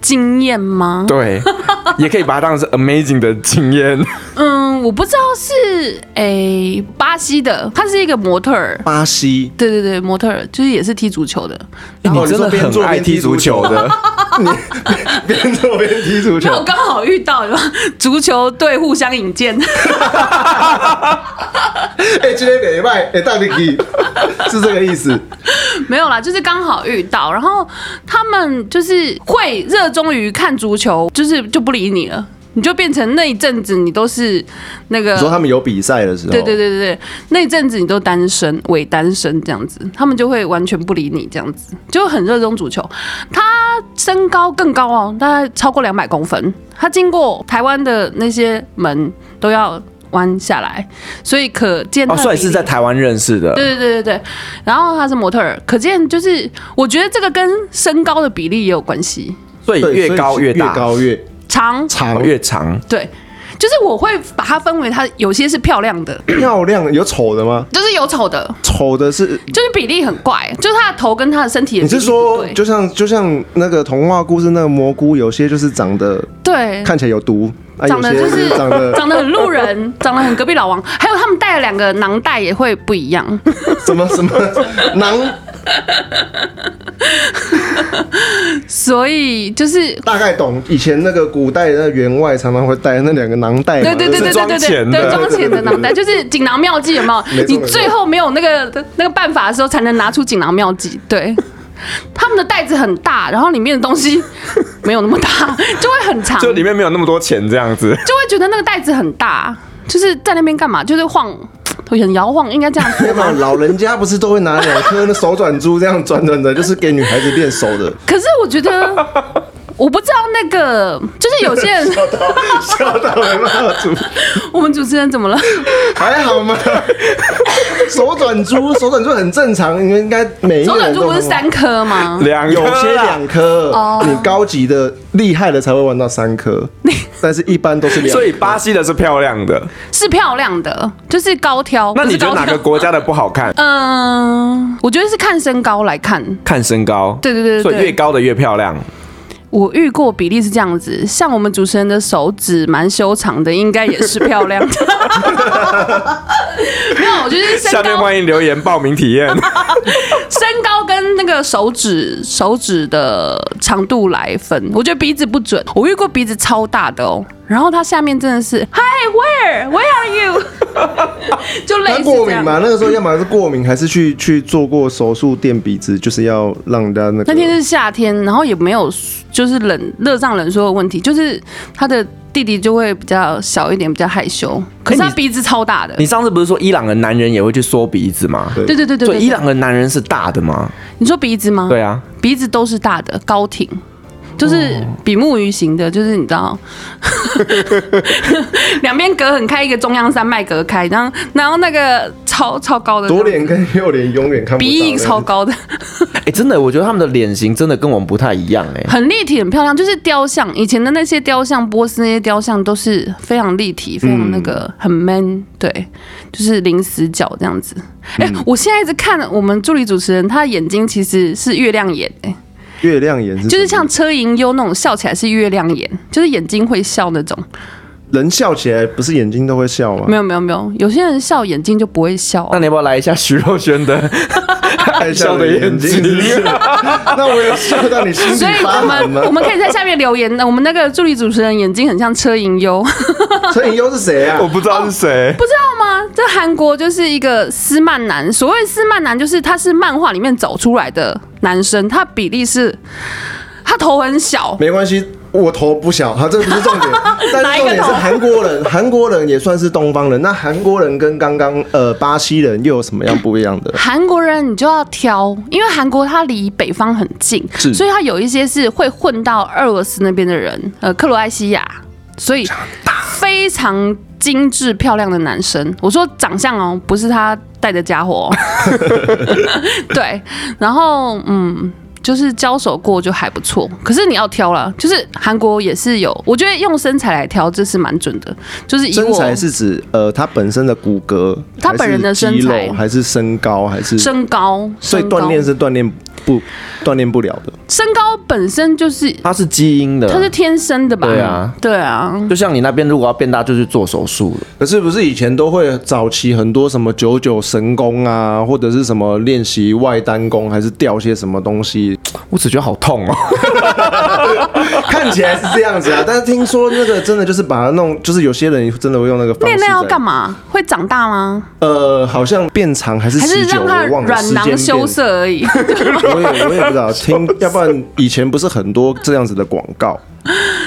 S3: 经验吗？
S2: 对， *laughs* 哎也可以把它当成是 amazing 的经 *laughs* 验。
S3: 嗯，我不知道是诶、巴西的，她是一个模特儿。
S4: 巴西，
S3: 对对对，模特儿就是也是踢足球的。
S2: 欸
S4: 哦
S2: 你
S4: 你
S2: 真
S4: 说
S2: 的
S4: 边
S2: 很
S4: 做
S2: 爱
S4: 边
S2: 踢
S4: 踢
S2: 足
S4: 足
S2: 球
S4: 球 *laughs*
S2: 的，
S4: 边走边踢足
S3: 没有
S4: 球，
S3: 刚好遇到有没有 *laughs* 足球队互相引荐， *laughs*
S4: 哎，今天礼拜，哎，大力
S3: *laughs*
S4: 踢，是这个意思。
S3: 没有啦，就是刚好遇到。然后他们就是会热衷于看足球，就是就不理你了，你就变成那一阵子你都是那个
S4: 你说他们有比赛的时
S2: 哦
S4: 候，
S3: 呃对对对对对，那一阵子你都单身，伪单身这样子，他们就会完全不理你这样子，就很热衷足球。他身高更高哦，大概超过两百公分，他经过台湾的那些门都要弯下来，所以可见
S2: *laughs*
S3: 他
S2: 哦，
S3: 的
S2: 所以
S3: 比例
S2: 是在。台湾认识的。
S3: 对对对对对，然后他是模特儿，可见就是我觉得这个跟身高的比例也有关系，
S2: 所以
S4: 对，
S2: 越高
S4: 所以
S2: 越
S4: 越
S2: 大，
S3: *clears throat*
S4: 高越
S3: 长
S2: 长越长。
S3: 对，就是我会把它分为它有些是漂亮的，
S4: 漂亮。有丑的吗？
S3: 就是有丑的，
S4: 丑的是，
S3: 就是比例很怪，就是他的头跟他的身体也
S4: 你是说
S3: 对
S4: 就像就像那个童话故事那个蘑菇，有些就是长得
S3: 对，
S4: 看起来有毒，
S3: 嗯
S4: 啊，有
S3: 长得
S4: 些
S3: 就是是
S4: 长
S3: *laughs*
S4: 得
S3: 长得很路
S4: *laughs*
S3: 人，长得很隔壁老王，还有他们戴的两个囊袋也会不一样， *laughs*
S4: 什么什么囊，
S3: 所以就是
S4: 大概懂。以前那个古代的那个员外常常会带那两个囊袋嘛，
S3: 对对对
S4: 就是
S3: 对对
S2: 是装
S3: 对对
S2: 钱的
S3: 对装钱的脑
S4: *laughs*
S3: 袋，就是锦囊妙计有没有
S4: 没？错
S3: 你
S4: 没错
S3: 最后没有那个那个办法的时候，才能拿出锦囊妙计。对，他们的袋子很大，然后里面的东西 *laughs* 没有那么大，就会很长，
S2: *laughs* 就里面没有那么多钱这样子，
S3: 就会觉得那个袋子很大，就是在那边干嘛？就是晃，腿很摇晃，应该这样说
S4: 对嘛
S3: 吗？，
S4: 老人家不是都会拿两颗那手转珠这样转转转，就是给女孩子练手的。
S3: 可是我觉
S4: *laughs*
S3: 得，我不知道那个，就是有些
S4: *laughs*
S3: 人，
S4: 笑到没办法煮，
S3: *laughs* 我们主持人怎么了？
S4: 还
S3: *laughs*
S4: 好吗？手转珠，手转珠很正常，你们应该每一个
S3: 手
S4: 人
S3: 转
S4: 都
S3: 珠不是
S4: 玩
S3: 三哦颗
S2: *laughs*
S3: 吗？
S2: 两
S4: 有
S2: 颗 *laughs*
S4: 些
S2: 啦
S4: 两颗，你高级的厉害的才会玩到三颗，但是一般都是两颗。
S2: 所以巴西的是漂亮的，
S3: 是漂亮的，就是高挑。
S2: 那
S3: 不
S2: 你
S3: 是
S2: 觉
S3: 高
S2: 得哪
S3: 挑
S2: 个？国家的不好看？
S3: 嗯、我觉得是看身高来看。
S2: 看身高，
S3: 对对对对
S2: 所以
S3: 对
S2: 越高的越漂亮。
S3: 我遇过比例是这样子，像我们主持人的手指蛮修长的，应该也是漂亮的。
S4: *laughs*
S3: 没有，我就是身
S2: 下面
S3: 高、
S2: 欢迎留言报名体验。
S3: 身高跟那个手指、手指的长度来分。我觉得鼻子不准，我遇过鼻子超大的哦，然后它下面真的是 Hi where where are you，就类
S4: 他
S3: 似
S4: 过
S3: 这
S4: 敏
S3: 样。
S4: 嘛，那个时候要么是过敏，还是去去做过手术垫鼻子，就是要让人家那个。
S3: 那天是夏天，然后也没有就是冷热胀冷缩的问题，就是他的弟弟就会比较小一点，比较害羞，可是
S2: 哎
S3: 他
S2: 你
S3: 鼻子超大的。
S2: 你上次不是说伊朗的男人也会去缩鼻子吗？
S4: 对
S3: 对对对对
S2: 所
S3: 对，
S2: 以伊朗的男人是大的吗？
S3: 你说鼻子吗？
S2: 对，啊，
S3: 鼻子都是大的，高挺。就是比目鱼型的，就是你知道， *laughs* 两边隔很开，一个中央山脉隔开，然后然后那个超超高的
S4: 左脸跟右脸永远看不到。
S3: 鼻翼超高的，
S2: 哎、真的，我觉得他们的脸型真的跟我们不太一样哎、
S3: 很立体，很漂亮，就是雕像。以前的那些雕像，波斯那些雕像都是非常立体，非常那个、很 man，对，就是零死角这样子。哎、我现在一直看我们助理主持人，他的眼睛其实是月亮眼、哎，
S4: 月亮眼是
S3: 就是
S4: 什么
S3: 像车银优那种笑起来是月亮眼，就是眼睛会笑那种。
S4: 人笑起来，不是眼睛都会笑吗 *laughs*
S3: 没？有没有没有，有些人笑眼睛就不会笑、
S4: 啊
S2: 那你要不要来一下徐若瑄的
S4: 哎
S2: 爱笑的眼睛？
S4: *laughs* 那我有笑到你
S3: *laughs*
S4: 心
S3: 所以
S4: 里
S3: 我
S4: 发寒
S3: 们我
S4: 吗？
S3: 们可以在下面留言，我们那个助理主持人眼睛很像车银优。
S4: 陈以优是谁啊
S2: 我？不知道是谁。
S3: 哦不知道吗？啊这韩国就是一个斯曼男，所谓斯曼男就是他是漫画里面走出来的男生，他比例是，他头很小，
S4: 没关系，我头不小，好，这不
S3: *laughs*
S4: 是重点，但
S3: 哪
S4: 是
S3: 一个
S4: 重点是
S3: 头
S4: 韩国人，韩国人也算是东方人。那韩国人跟刚刚呃巴西人又有什么样不一样的？
S3: 韩国人你就要挑，因为韩国它离北方很近，
S4: 是
S3: 所以它有一些是会混到俄罗斯那边的人，呃，克罗埃西亚，所以非常精致漂亮的男生。我说长相哦，不是他带的家伙、哦。
S4: *laughs*
S3: 对，然后嗯。就是交手过就还不错，可是你要挑了，就是韩国也是有，我觉得用身材来挑这是蛮准的，就是以
S4: 身
S3: 我
S4: 材是指呃他本身的骨骼，
S3: 他本人的身材
S4: 还是肌肉还是身高，还是
S3: 身高，
S4: 所以
S3: 身高
S4: 锻炼是锻炼不锻炼不了的。
S3: 身高本身就是
S2: 他是基因的，
S3: 它是天生的吧？
S2: 啊对啊，
S3: 对啊，
S2: 就像你那边如果要变大，就去做手术了。
S4: 可是不是以前都会早期很多什么九九神功啊，或者是什么练习外丹功，还是吊些什么东西？
S2: 我只觉得好痛 *laughs* 哦。
S4: *laughs* 看起来是这样子啊，但是听说那个真的就是把它弄，就是有些人真的会用那个方
S3: 练
S4: 式。
S3: 那要干？嘛？会长大吗？
S4: 呃，好像变长还是
S3: 还是
S4: 持久，
S3: 让它
S4: 我忘了
S3: 软
S4: 时
S3: 囊
S4: 间
S3: 羞
S4: 变
S3: 涩
S2: *laughs*
S3: 而已？啊
S4: 我也我也不知道，听，
S3: *laughs*
S4: 要不然以前不是很多这样子的广告。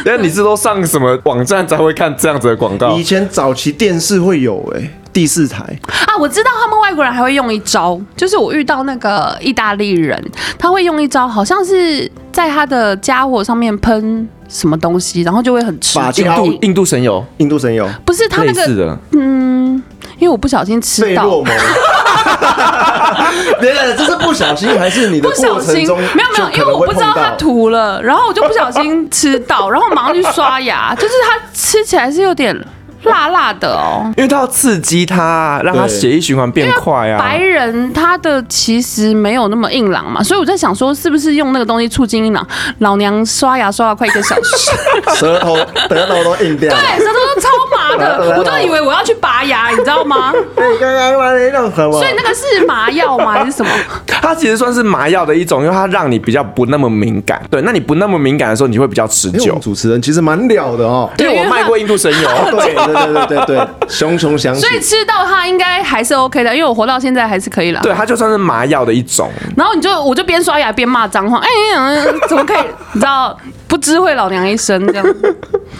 S2: 那你是都上什么网站才会看这样子的广告
S4: 以？前早期电视会有哎、第四台
S3: 啊，我知道他们外国人还会用一招，就是我遇到那个意大利人，他会用一招，好像是在他的家伙上面喷什么东西，然后就会很持
S4: 发
S3: 久
S2: 印。度印度神油
S4: 印度神油
S3: 不是他
S2: 类
S3: 那个嗯
S2: 似，的，
S3: 因为我不小心吃
S4: 费
S3: 到， *laughs*
S4: 洛蒙。别人这是不小心还是你的
S3: 不小
S4: 过程
S3: 心，
S4: 中
S3: 没有没有，因
S4: 就可
S3: 为
S4: 能
S3: 我
S4: 会
S3: 不知道
S4: 碰
S3: 他
S4: 到
S3: 涂了，然后我就不小心吃到，然后马上去刷牙，就是它吃起来是有点辣辣的哦。
S2: 因为它要刺激它，让它
S4: 对
S2: 血液循环变
S4: 哎
S2: 快啊。
S3: 白人他的其实没有那么硬朗嘛，所以我在想说，是不是用那个东西促进硬朗？老娘刷牙刷了快一个小
S4: *laughs*
S3: 时，
S4: 舌
S3: *laughs*
S4: 头舌头都硬掉了。
S3: 对，舌头都超麻的，我都以为我要去拔牙，你知道吗？
S4: 对，哎刚刚玩了一种什么？
S3: 所以那个是麻药吗？还是什么？
S2: 它其实算是麻药的一种，因为它让你比较不那么敏感。对，那你不那么敏感的时候，你会比较持
S4: 哎我
S2: 久
S4: 们。主持人其实蛮了的哦。
S2: 因为我卖过印度神
S3: *laughs*
S2: 油，
S4: *laughs* 对对对对对，熊熊想起
S3: 所。以吃到它应该还是 OK 的，因为我活到现在还是可以啦。
S2: 对，它就算是麻药的一种。
S3: 然后你就我就边刷哎 *laughs*
S4: *laughs*
S3: 牙边骂脏话，哎、呀，怎么可以？你知道不知会老娘一声这样，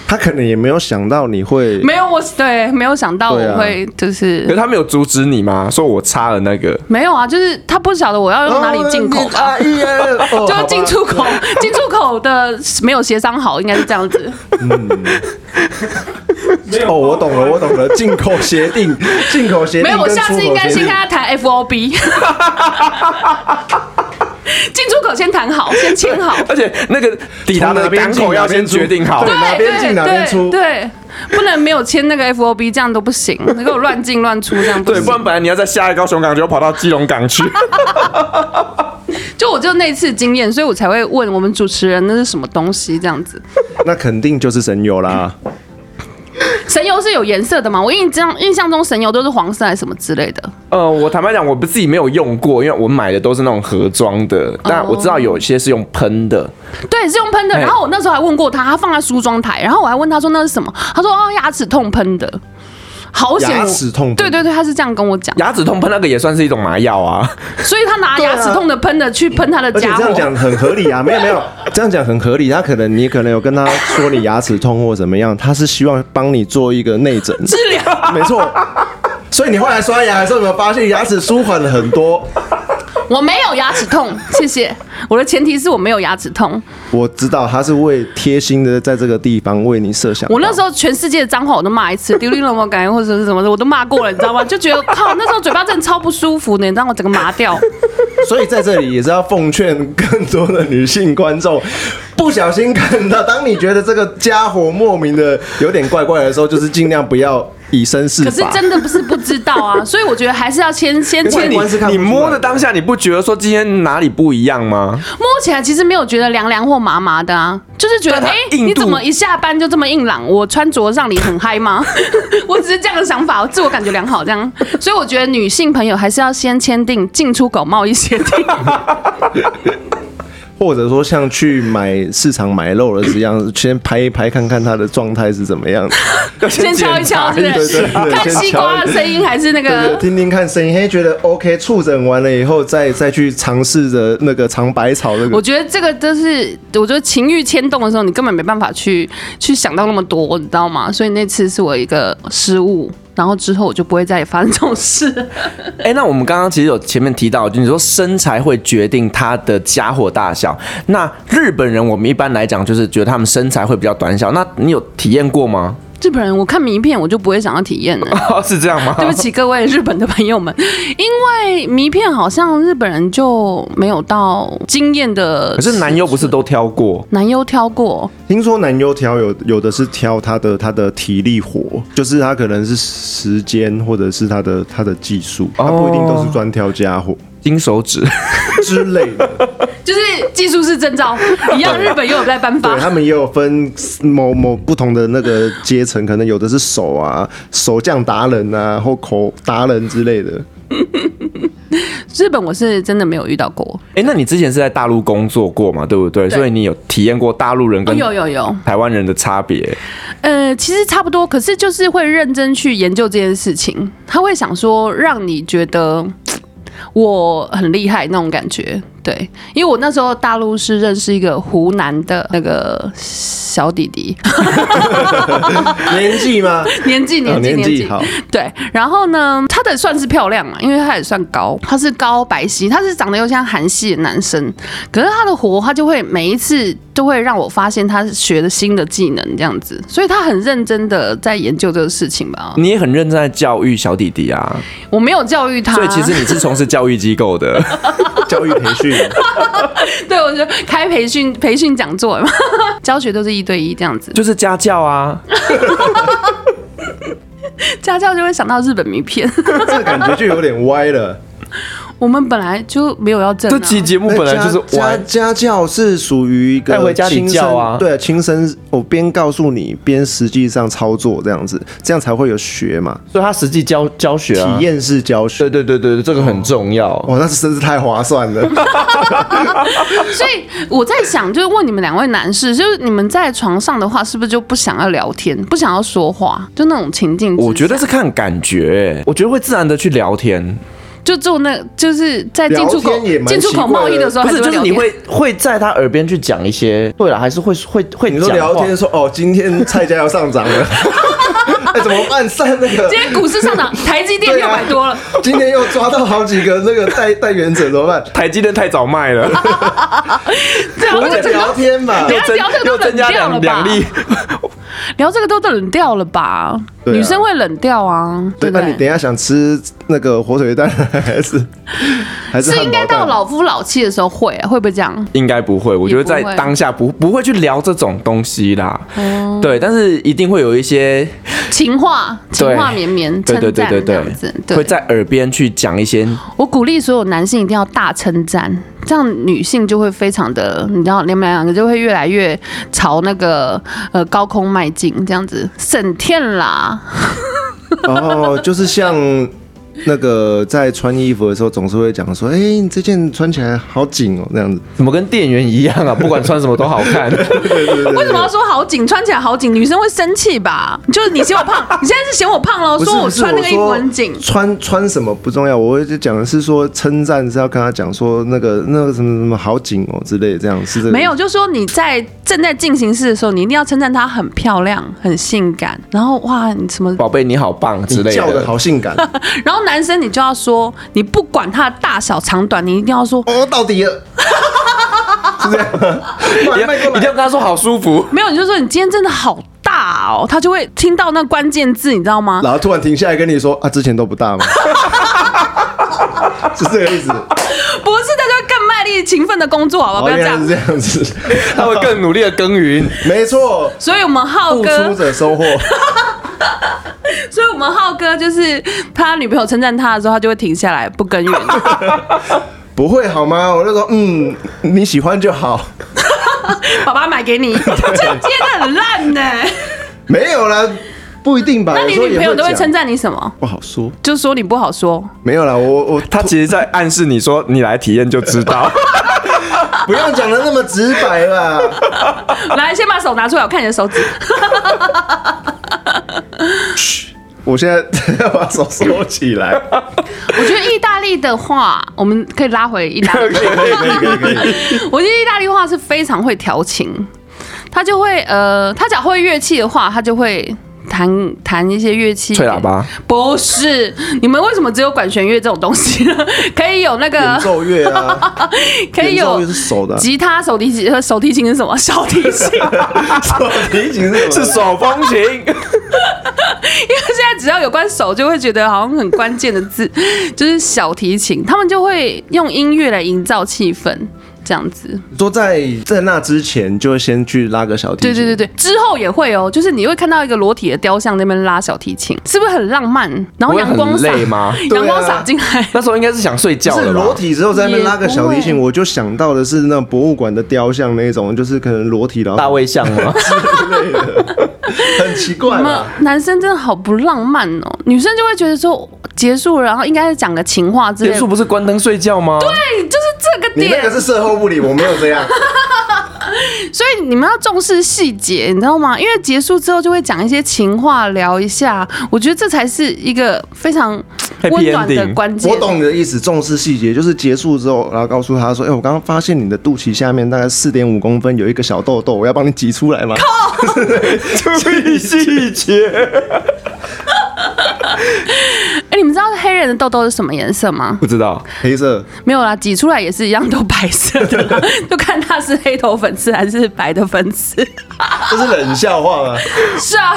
S4: 他可能也没有想到你会
S3: 没有我对没有想到
S4: 对啊
S3: 我会就是、
S2: 可是他没有阻止你吗？说我插了那个，
S3: 没有啊，就是他不晓得我要用哪里进口
S4: 哦
S3: 吧。
S4: 啊一二哦
S3: *laughs* 就是进出口，进出口的没有协商好，应该是这样
S4: *laughs*
S3: 子。
S4: 哦，我懂了，我懂了，进口协
S3: *laughs*
S4: 定，进口协定
S3: 没有，我
S4: 跟
S3: 下
S4: 出口
S3: 次应该
S4: 协
S3: 先
S4: 定
S3: 跟他谈 *laughs* FOB，进出口先谈
S4: *laughs*
S3: 好，先签好。
S2: 而且那个抵达的港口要先决定好
S4: 对。哪边进哪边出
S3: 对对，对不能没有签那个 FOB，这样都不行。那个乱进乱出这样不
S2: 对，
S3: 行
S2: 不。然本来你要在下一个高雄港，就要跑到基隆港
S4: *laughs*
S2: 去。
S3: 就我就那次经验，所以我才会问我们主持人那是什么东西这样子。
S4: 那肯定就是神
S3: *laughs*
S4: 游啦。
S3: 神油是有颜色的嘛？我印象印象中神油都是黄色还是什么之类的。
S2: 呃，我坦白讲，我不自己没有用过，因为我买的都是那种盒装的，但我知道有些是用喷的。
S3: 对，是用喷的。
S2: 哎
S3: 然后我那时候还问过他，他放在梳妆台，然后我还问他说那是什么，他说哦牙齿痛喷的，好险我！
S4: 牙齿痛喷
S3: 对对对，他是这样跟我讲，
S2: 牙齿痛喷那个也算是一种麻药啊。
S3: 所以他拿牙齿痛的喷的去喷他的
S4: 啊而且
S3: 家
S4: 这
S3: 伙
S4: 样。讲很合理啊，没有没有，这样讲很合理。他可能你可能有跟他说你牙齿痛或怎么样，他是希望帮你做一个
S3: *laughs*
S4: 内诊治疗，没错。所以你后来刷牙的时候，有没有发现牙齿舒缓了很多？
S3: 我没有牙齿痛，谢谢。我的前提是我没有牙齿痛。
S4: 我知道他是为贴心的在这个地方为你设想。
S3: 我那时候全世界的脏话我都骂一次， *laughs* 丢脸了我感觉或者是什么的，我都骂过了，你知道吗？就觉得靠， *laughs* 那时候嘴巴真的超不舒服的，你知道我整个麻
S4: *laughs*
S3: 掉。
S4: 所以在这里也是要奉劝更多的女性观众，不小心看到，当你觉得这个家伙莫名的有点怪怪的时候，就是尽量不要以身试
S3: 可是
S4: 法。
S3: 真的不是不知道
S4: *laughs*
S3: 啊，所以我觉得还是要先先
S4: 因为
S3: 签
S4: 你是看不
S2: 你
S4: 出来
S2: 摸的当下，你不觉得说今天哪里不一样吗？
S3: 摸起来其实没有觉得凉凉或麻麻的啊，就是觉得
S2: 但它
S3: 哎、诶
S2: 硬度
S3: 你怎么一下班就这么硬朗？我穿着让你很嗨吗？ *laughs* 我只是这样的想法，我自我感觉良好这样，所以我觉得女性朋友还是要先签订进出口贸易协
S4: *laughs*
S3: 定。
S4: 或者说像去买市场买肉了一样，先拍一拍看看它的状态是怎
S3: *laughs*
S4: 么样的。
S3: 先敲一敲，是
S4: 对
S3: 不
S4: 对
S3: 是？
S4: 对对
S3: 看西瓜的声音还是那
S4: 对对，
S3: 个？
S4: 听听看声音，嘿，觉得 OK，触诊完了以后再再去尝试着那个尝百草那
S3: 我
S4: 个。
S3: 觉得这个就是，我觉得情欲牵动的时候，你根本没办法去去想到那么多，你知道吗？所以那次是我一个失误，然后之后我就不会再发生这种事
S4: *laughs*
S3: 了。
S2: 哎、那我们刚刚其实有前面提到，就你说身材会决定他的家伙大小。那日本人我们一般来讲就是觉得他们身材会比较短小，那你有体验过吗？ *laughs* 哦
S3: 日本人，我看名片我就不会想要体验了。
S2: 是这样吗？
S3: 对不起各位日本的朋友们，因为名片好像日本人就没有到惊艳
S2: *laughs*
S3: 的，
S2: 可是男优不是都挑过？
S3: 男优挑过，
S4: 听说男优挑有有的是挑他的他的体力活，就是他可能是时间或者是他的他的技术，他不一定都是专挑家伙
S2: 金手指， *laughs*
S4: 之类 *laughs* 的。
S3: 就是技术是证照一样，日本又有在颁发
S4: 对。他们也有分某某不同的那个阶层，可能有的是手啊手匠达人啊，或口达人之类的。
S3: 日本我是真的没有遇到过，
S2: 哎、那你之前是在大陆工作过嘛？对不对？
S3: 对
S2: 所以你有体验过大陆人
S3: 哦
S2: 跟
S3: 有有有，
S2: 台湾人的差别？
S3: 呃，其实差不多，可是就是会认真去研究这件事情，他会想说让你觉得我很厉害那种感觉。对，因为我那时候大陆是认识一个湖南的那个小弟弟，
S4: *laughs* 年纪吗？
S3: *laughs* 年纪
S4: 哦
S3: 年纪
S4: 年纪
S3: 纪
S4: 好，
S3: 对，然后呢，她的算是漂亮啊嘛，因为她也算高，她是高白皙，她是长得又像韩系的男生，可是她的活，她就会每一次都会让我发现她学的新的技能这样子，所以她很认真的在研究这个事情吧。
S2: 你也很认真在教育小弟弟啊，
S3: 我没有教育她，
S2: 所以其实你是从事教育机构的。 *laughs*
S4: 教育培训。
S3: *laughs* 对我就开培训培训讲座嘛， *laughs* 教学都是一对一这样子，
S2: 就是家教啊，
S3: 家教就会想到日本名片， *laughs*
S4: 这个感觉就有点歪了。
S3: 我们本来就没有要正、啊，
S2: 这期节目本来就是
S4: 哎家
S2: 玩。
S4: 家教是属于一个
S2: 带回家里教啊
S4: 亲身对，亲身我边告诉你边实际上操作这样子，这样才会有学嘛，
S2: 所以他实际教教学
S4: 体
S2: 啊，
S4: 验式教学
S2: 对。对对对，对这个很重要。
S4: 哇，那是真是太划算
S2: *laughs*
S4: 了。
S3: 所以我在想，就是问你们两位男士，就是你们在床上的话，是不是就不想要聊天，不想要说话，就那种情境之下？
S2: 我觉得是看感觉、欸我觉得会自然的去聊天。
S3: 就做那就是在进出口
S4: 聊天也蛮
S3: 进出口贸易的时候，
S2: 不
S3: 还
S2: 是，就是
S3: 聊
S2: 你
S3: 天。
S2: 会会在他耳边去讲一些，对了，还是会会会
S4: 你说
S2: 讲
S4: 聊
S2: 话
S4: 天说哦，今天菜价要上涨了， *laughs* 哎、怎么办？上那个
S3: 今天股市上涨，台积电
S4: 对
S3: 六
S4: 啊
S3: 百多了，
S4: 今天又抓到好几个那个 *laughs* 代代言者，怎么办？
S2: 台积电太早卖了，
S3: 对啊，这
S4: 我们
S3: 个整
S4: 聊
S3: 个
S4: 天嘛
S3: 对，
S2: *laughs* 又
S3: 啊
S2: 增
S3: 聊这个都
S2: 又增加
S3: 冷掉了
S2: 两两
S3: 吧
S2: 例，
S3: 聊这个都冷掉了吧？
S4: 对啊
S3: 女生会冷掉啊，
S4: 对，
S3: 不
S4: 那你等一下想吃那个火腿蛋还是还是
S3: 是
S4: 汉堡
S3: 应该到
S4: 蛋
S3: 老夫老妻的时候会啊会不会这样？
S2: 应该不会，我觉得在
S3: 也不会
S2: 当下不不会去聊这种东西啦。
S3: 哦
S2: 对，但是一定会有一些，
S3: 情话情
S2: 对
S3: 话绵绵，
S2: 对对对
S3: 称赞
S2: 对
S3: 这
S2: 对
S3: 样子，，
S2: 会在耳边去讲一些，
S3: 我鼓励所有男性一定要大称赞，这样女性就会非常的，你知道，你们两个就会越来越朝那个呃高空迈进，这样子省电啦。
S4: 哦，就是像那个在穿衣服的时候，总是会讲说，哎、你这件穿起来好紧哦，那样子。
S2: 怎么跟店员一样啊？不管穿什么都好 *laughs* 看。
S3: 为什么要说好紧？穿起来好紧，女生会生气吧？就是你嫌我胖，你现在是嫌我胖喽，
S4: 不是
S3: 哦说我
S4: 不是
S3: 穿那个衣服
S4: 说
S3: 很紧。
S4: 穿穿什么不重要，我就讲的是说称赞是要跟他讲说那个那个什么什么好紧哦之类，这样是这个
S3: 没有，就说你在正在进行式的时候，你一定要称赞她很漂亮、很性感，然后哇，你什么
S2: 宝贝你好棒之
S4: 你
S2: 类
S4: 叫的好性感
S3: 然后男生你就要说，你不管他的大小长短，你一定要说。
S4: 哦，到底了。是这样吗？
S2: 一定
S4: 卖
S2: 要
S4: 卖
S2: 一
S4: 过
S2: 定
S4: 来
S2: 要跟他说好舒
S4: *laughs*
S2: 服。
S3: 没有，你就说你今天真的好大哦，他就会听到那关键字，你知道吗？
S4: 然后突然停下来跟你说啊，之前都不大吗？ *laughs* 是这个意思。
S3: 不是，他就会更卖力、勤奋的工作，好不好？
S4: 哦，
S3: 哦不要
S4: 原
S3: 这
S4: 来是
S3: 样。
S4: 这样子，
S2: 他会更努力的耕耘。
S4: 没错，
S3: 所以我们浩
S4: 付出
S3: 哥，
S4: 者收获。
S3: 所以我们浩哥就是他女朋友称赞他的时候，他就会停下来不耕耘。
S4: *laughs* 不会好吗？我就说，嗯，你喜欢就好。
S3: 爸爸买给你，这接的很烂呢、
S4: 哎没有啦，不一定吧。
S3: 那你女朋友都会称
S4: 赞？
S3: 赞你什么？
S4: 不好说。
S3: 就说你不好说，
S4: 没有啦，我我
S2: 他其实在暗示你说，你来体验就知
S4: *laughs*
S2: 道。
S4: 不要讲的那么直白啦。
S3: *laughs* 来，先把手拿出来，我看你的手指。
S4: 我现在要把手收
S3: *laughs*
S4: 起来。
S3: 啊我觉得意大利的话，我们可以拉回意大利。
S4: *laughs* 可以可以可以可以。
S3: *laughs* 我觉得意大利话是非常会调情，他就会呃，他讲会乐器的话，他就会弹弹一些乐器。
S2: 吹喇叭？
S3: 不是，你们为什么只有管弦乐这种东西呢？ *laughs* 可以有那
S4: 演
S3: 个，
S4: 奏乐啊，
S3: *laughs* 可以
S4: 演
S3: 有
S4: 奏乐是手的啊，
S3: 吉他、手提琴、手提琴是什么？小提琴，因 *laughs*
S4: 手啊提琴是什
S2: 是
S4: 么？
S2: 手风琴，
S3: 为 *laughs* 现在只要有关手，就会觉得好像很关键的字， *laughs* 就是小提琴，他们就会用音乐来营造气氛，这样子。
S4: 都在在那之前就先去拉个小提
S3: 对
S4: 琴。
S3: 对对
S4: 对。
S3: 对，之后也会哦，就是你会看到一个裸体的雕像在那边拉小提琴，是不是很浪漫？然后
S2: 不会
S3: 阳光
S2: 很
S3: 洒，
S2: 累啊吗？
S3: *laughs* 阳光洒进来，
S2: 那时候应该是想睡觉
S4: 是
S2: 了吧
S4: 裸？体之后在那边拉个小提
S3: 也
S4: 琴，我就想到的是那种博物馆的雕像那种，就是可能裸体然后
S2: 大卫像
S3: *laughs*
S2: 吗？
S4: 很奇怪
S3: 你们 *laughs*
S4: 嘛。
S3: 男生真的好不浪漫哦，女生就会觉得说结束了，然后应该是讲个情话之类
S2: 结
S3: 的，
S2: 束
S3: 对，
S2: 不是关灯睡觉吗？对，
S3: 就是这个
S4: 你那
S3: 点
S4: 个。是售后不理，我没有这样。
S3: 所以你们要重视细节，你知道吗？因为结束之后就会讲一些情话，聊一下，我觉得这才是一个非常
S2: Happy
S3: 温暖的
S2: ending
S3: 关键。
S4: 我懂你的意思，重视细节，就是结束之后，然后告诉他说：“哎、我刚刚发现你的肚脐下面大概四点五公分有一个小痘痘，我要帮你挤出来吗 *laughs*
S2: 注意细节。
S3: 哎、你们知道黑人的痘痘是什么颜色吗？
S2: 不知道，？”
S4: 黑色，
S3: 没有啦，挤出来也是一样都白色的
S4: *laughs*
S3: 啦，就看它是黑头粉刺还是白的粉刺。
S4: 这是冷笑话吗？
S3: 是啊，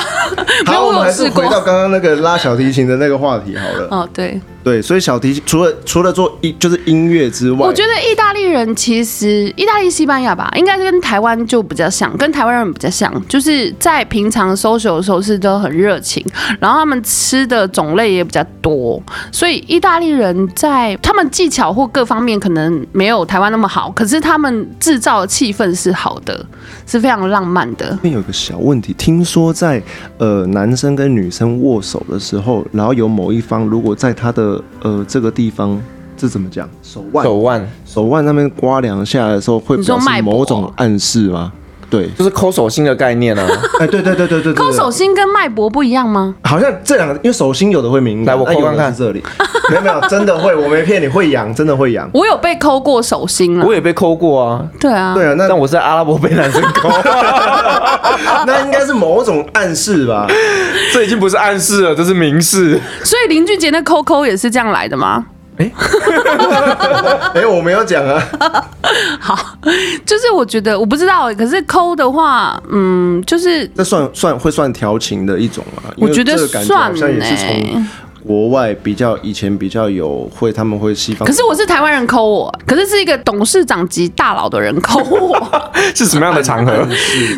S3: 没有
S4: 好，我
S3: *laughs* 我
S4: 们
S3: 有
S4: 还是
S3: 试过
S4: 回。到刚刚那个拉小提琴的那个话题好
S3: *laughs*
S4: 了。
S3: 哦，对，
S4: 对，所以小提琴除了除了做音就是音乐之外，
S3: 我觉得意大利人其实，意大利、西班牙吧，应该跟台湾就比较像，跟台湾人比较像，就是在平常 social 的时候是都很热情，然后他们吃的种类也比较多，所以意大利人在他们技巧或各方面可能没有台湾那么好，可是他们制造的气氛是好的，是非常浪漫的。
S4: 那有个小问题，听说在呃男生跟女生握手的时候，然后有某一方如果在他的呃这个地方，这怎么讲？手腕
S2: 手腕
S4: 手腕那边刮两下的时候，会
S3: 你说
S4: 表示
S3: 脉搏
S4: 某种暗示吗？对，
S2: 就是抠手心的概念啊。
S4: *laughs* 哎，对对对对对，对
S3: 扣手，心跟脉搏不一样吗？
S4: 对好像这两个，因为手心有的会敏
S2: 来
S4: 感，
S2: 我
S4: 那有
S2: 扣
S4: 的
S2: 看看
S4: 是这里，没有没有，真的会，我没骗你，会痒，真的会痒。
S3: 我有被抠过手心了
S2: 我，也被抠过啊，
S3: 对啊，
S4: 对啊，那
S2: 但我是在阿拉伯被
S4: *laughs*
S2: 男生抠，
S4: 那应该是某种暗示 *laughs* 吧？
S2: 这已经不是暗示了，这是明
S4: *laughs*
S2: 示。
S3: 所以林俊杰那抠抠也是这样来的吗？
S4: 哎、我没有讲啊，
S3: 好， *laughs* 就是我觉得我不知道欸，可是抠的话，嗯，就是
S4: 这算算会算调情的一种吗？因
S3: 我
S4: 为
S3: 觉得
S4: 这个感觉
S3: 算
S4: 好像也是
S3: 欸
S4: 从国外比较以前比较有会，他们会西方。
S3: 可是我是台湾人抠我，可是是一个董事长级大佬的人抠我，
S2: 是什么样的场合？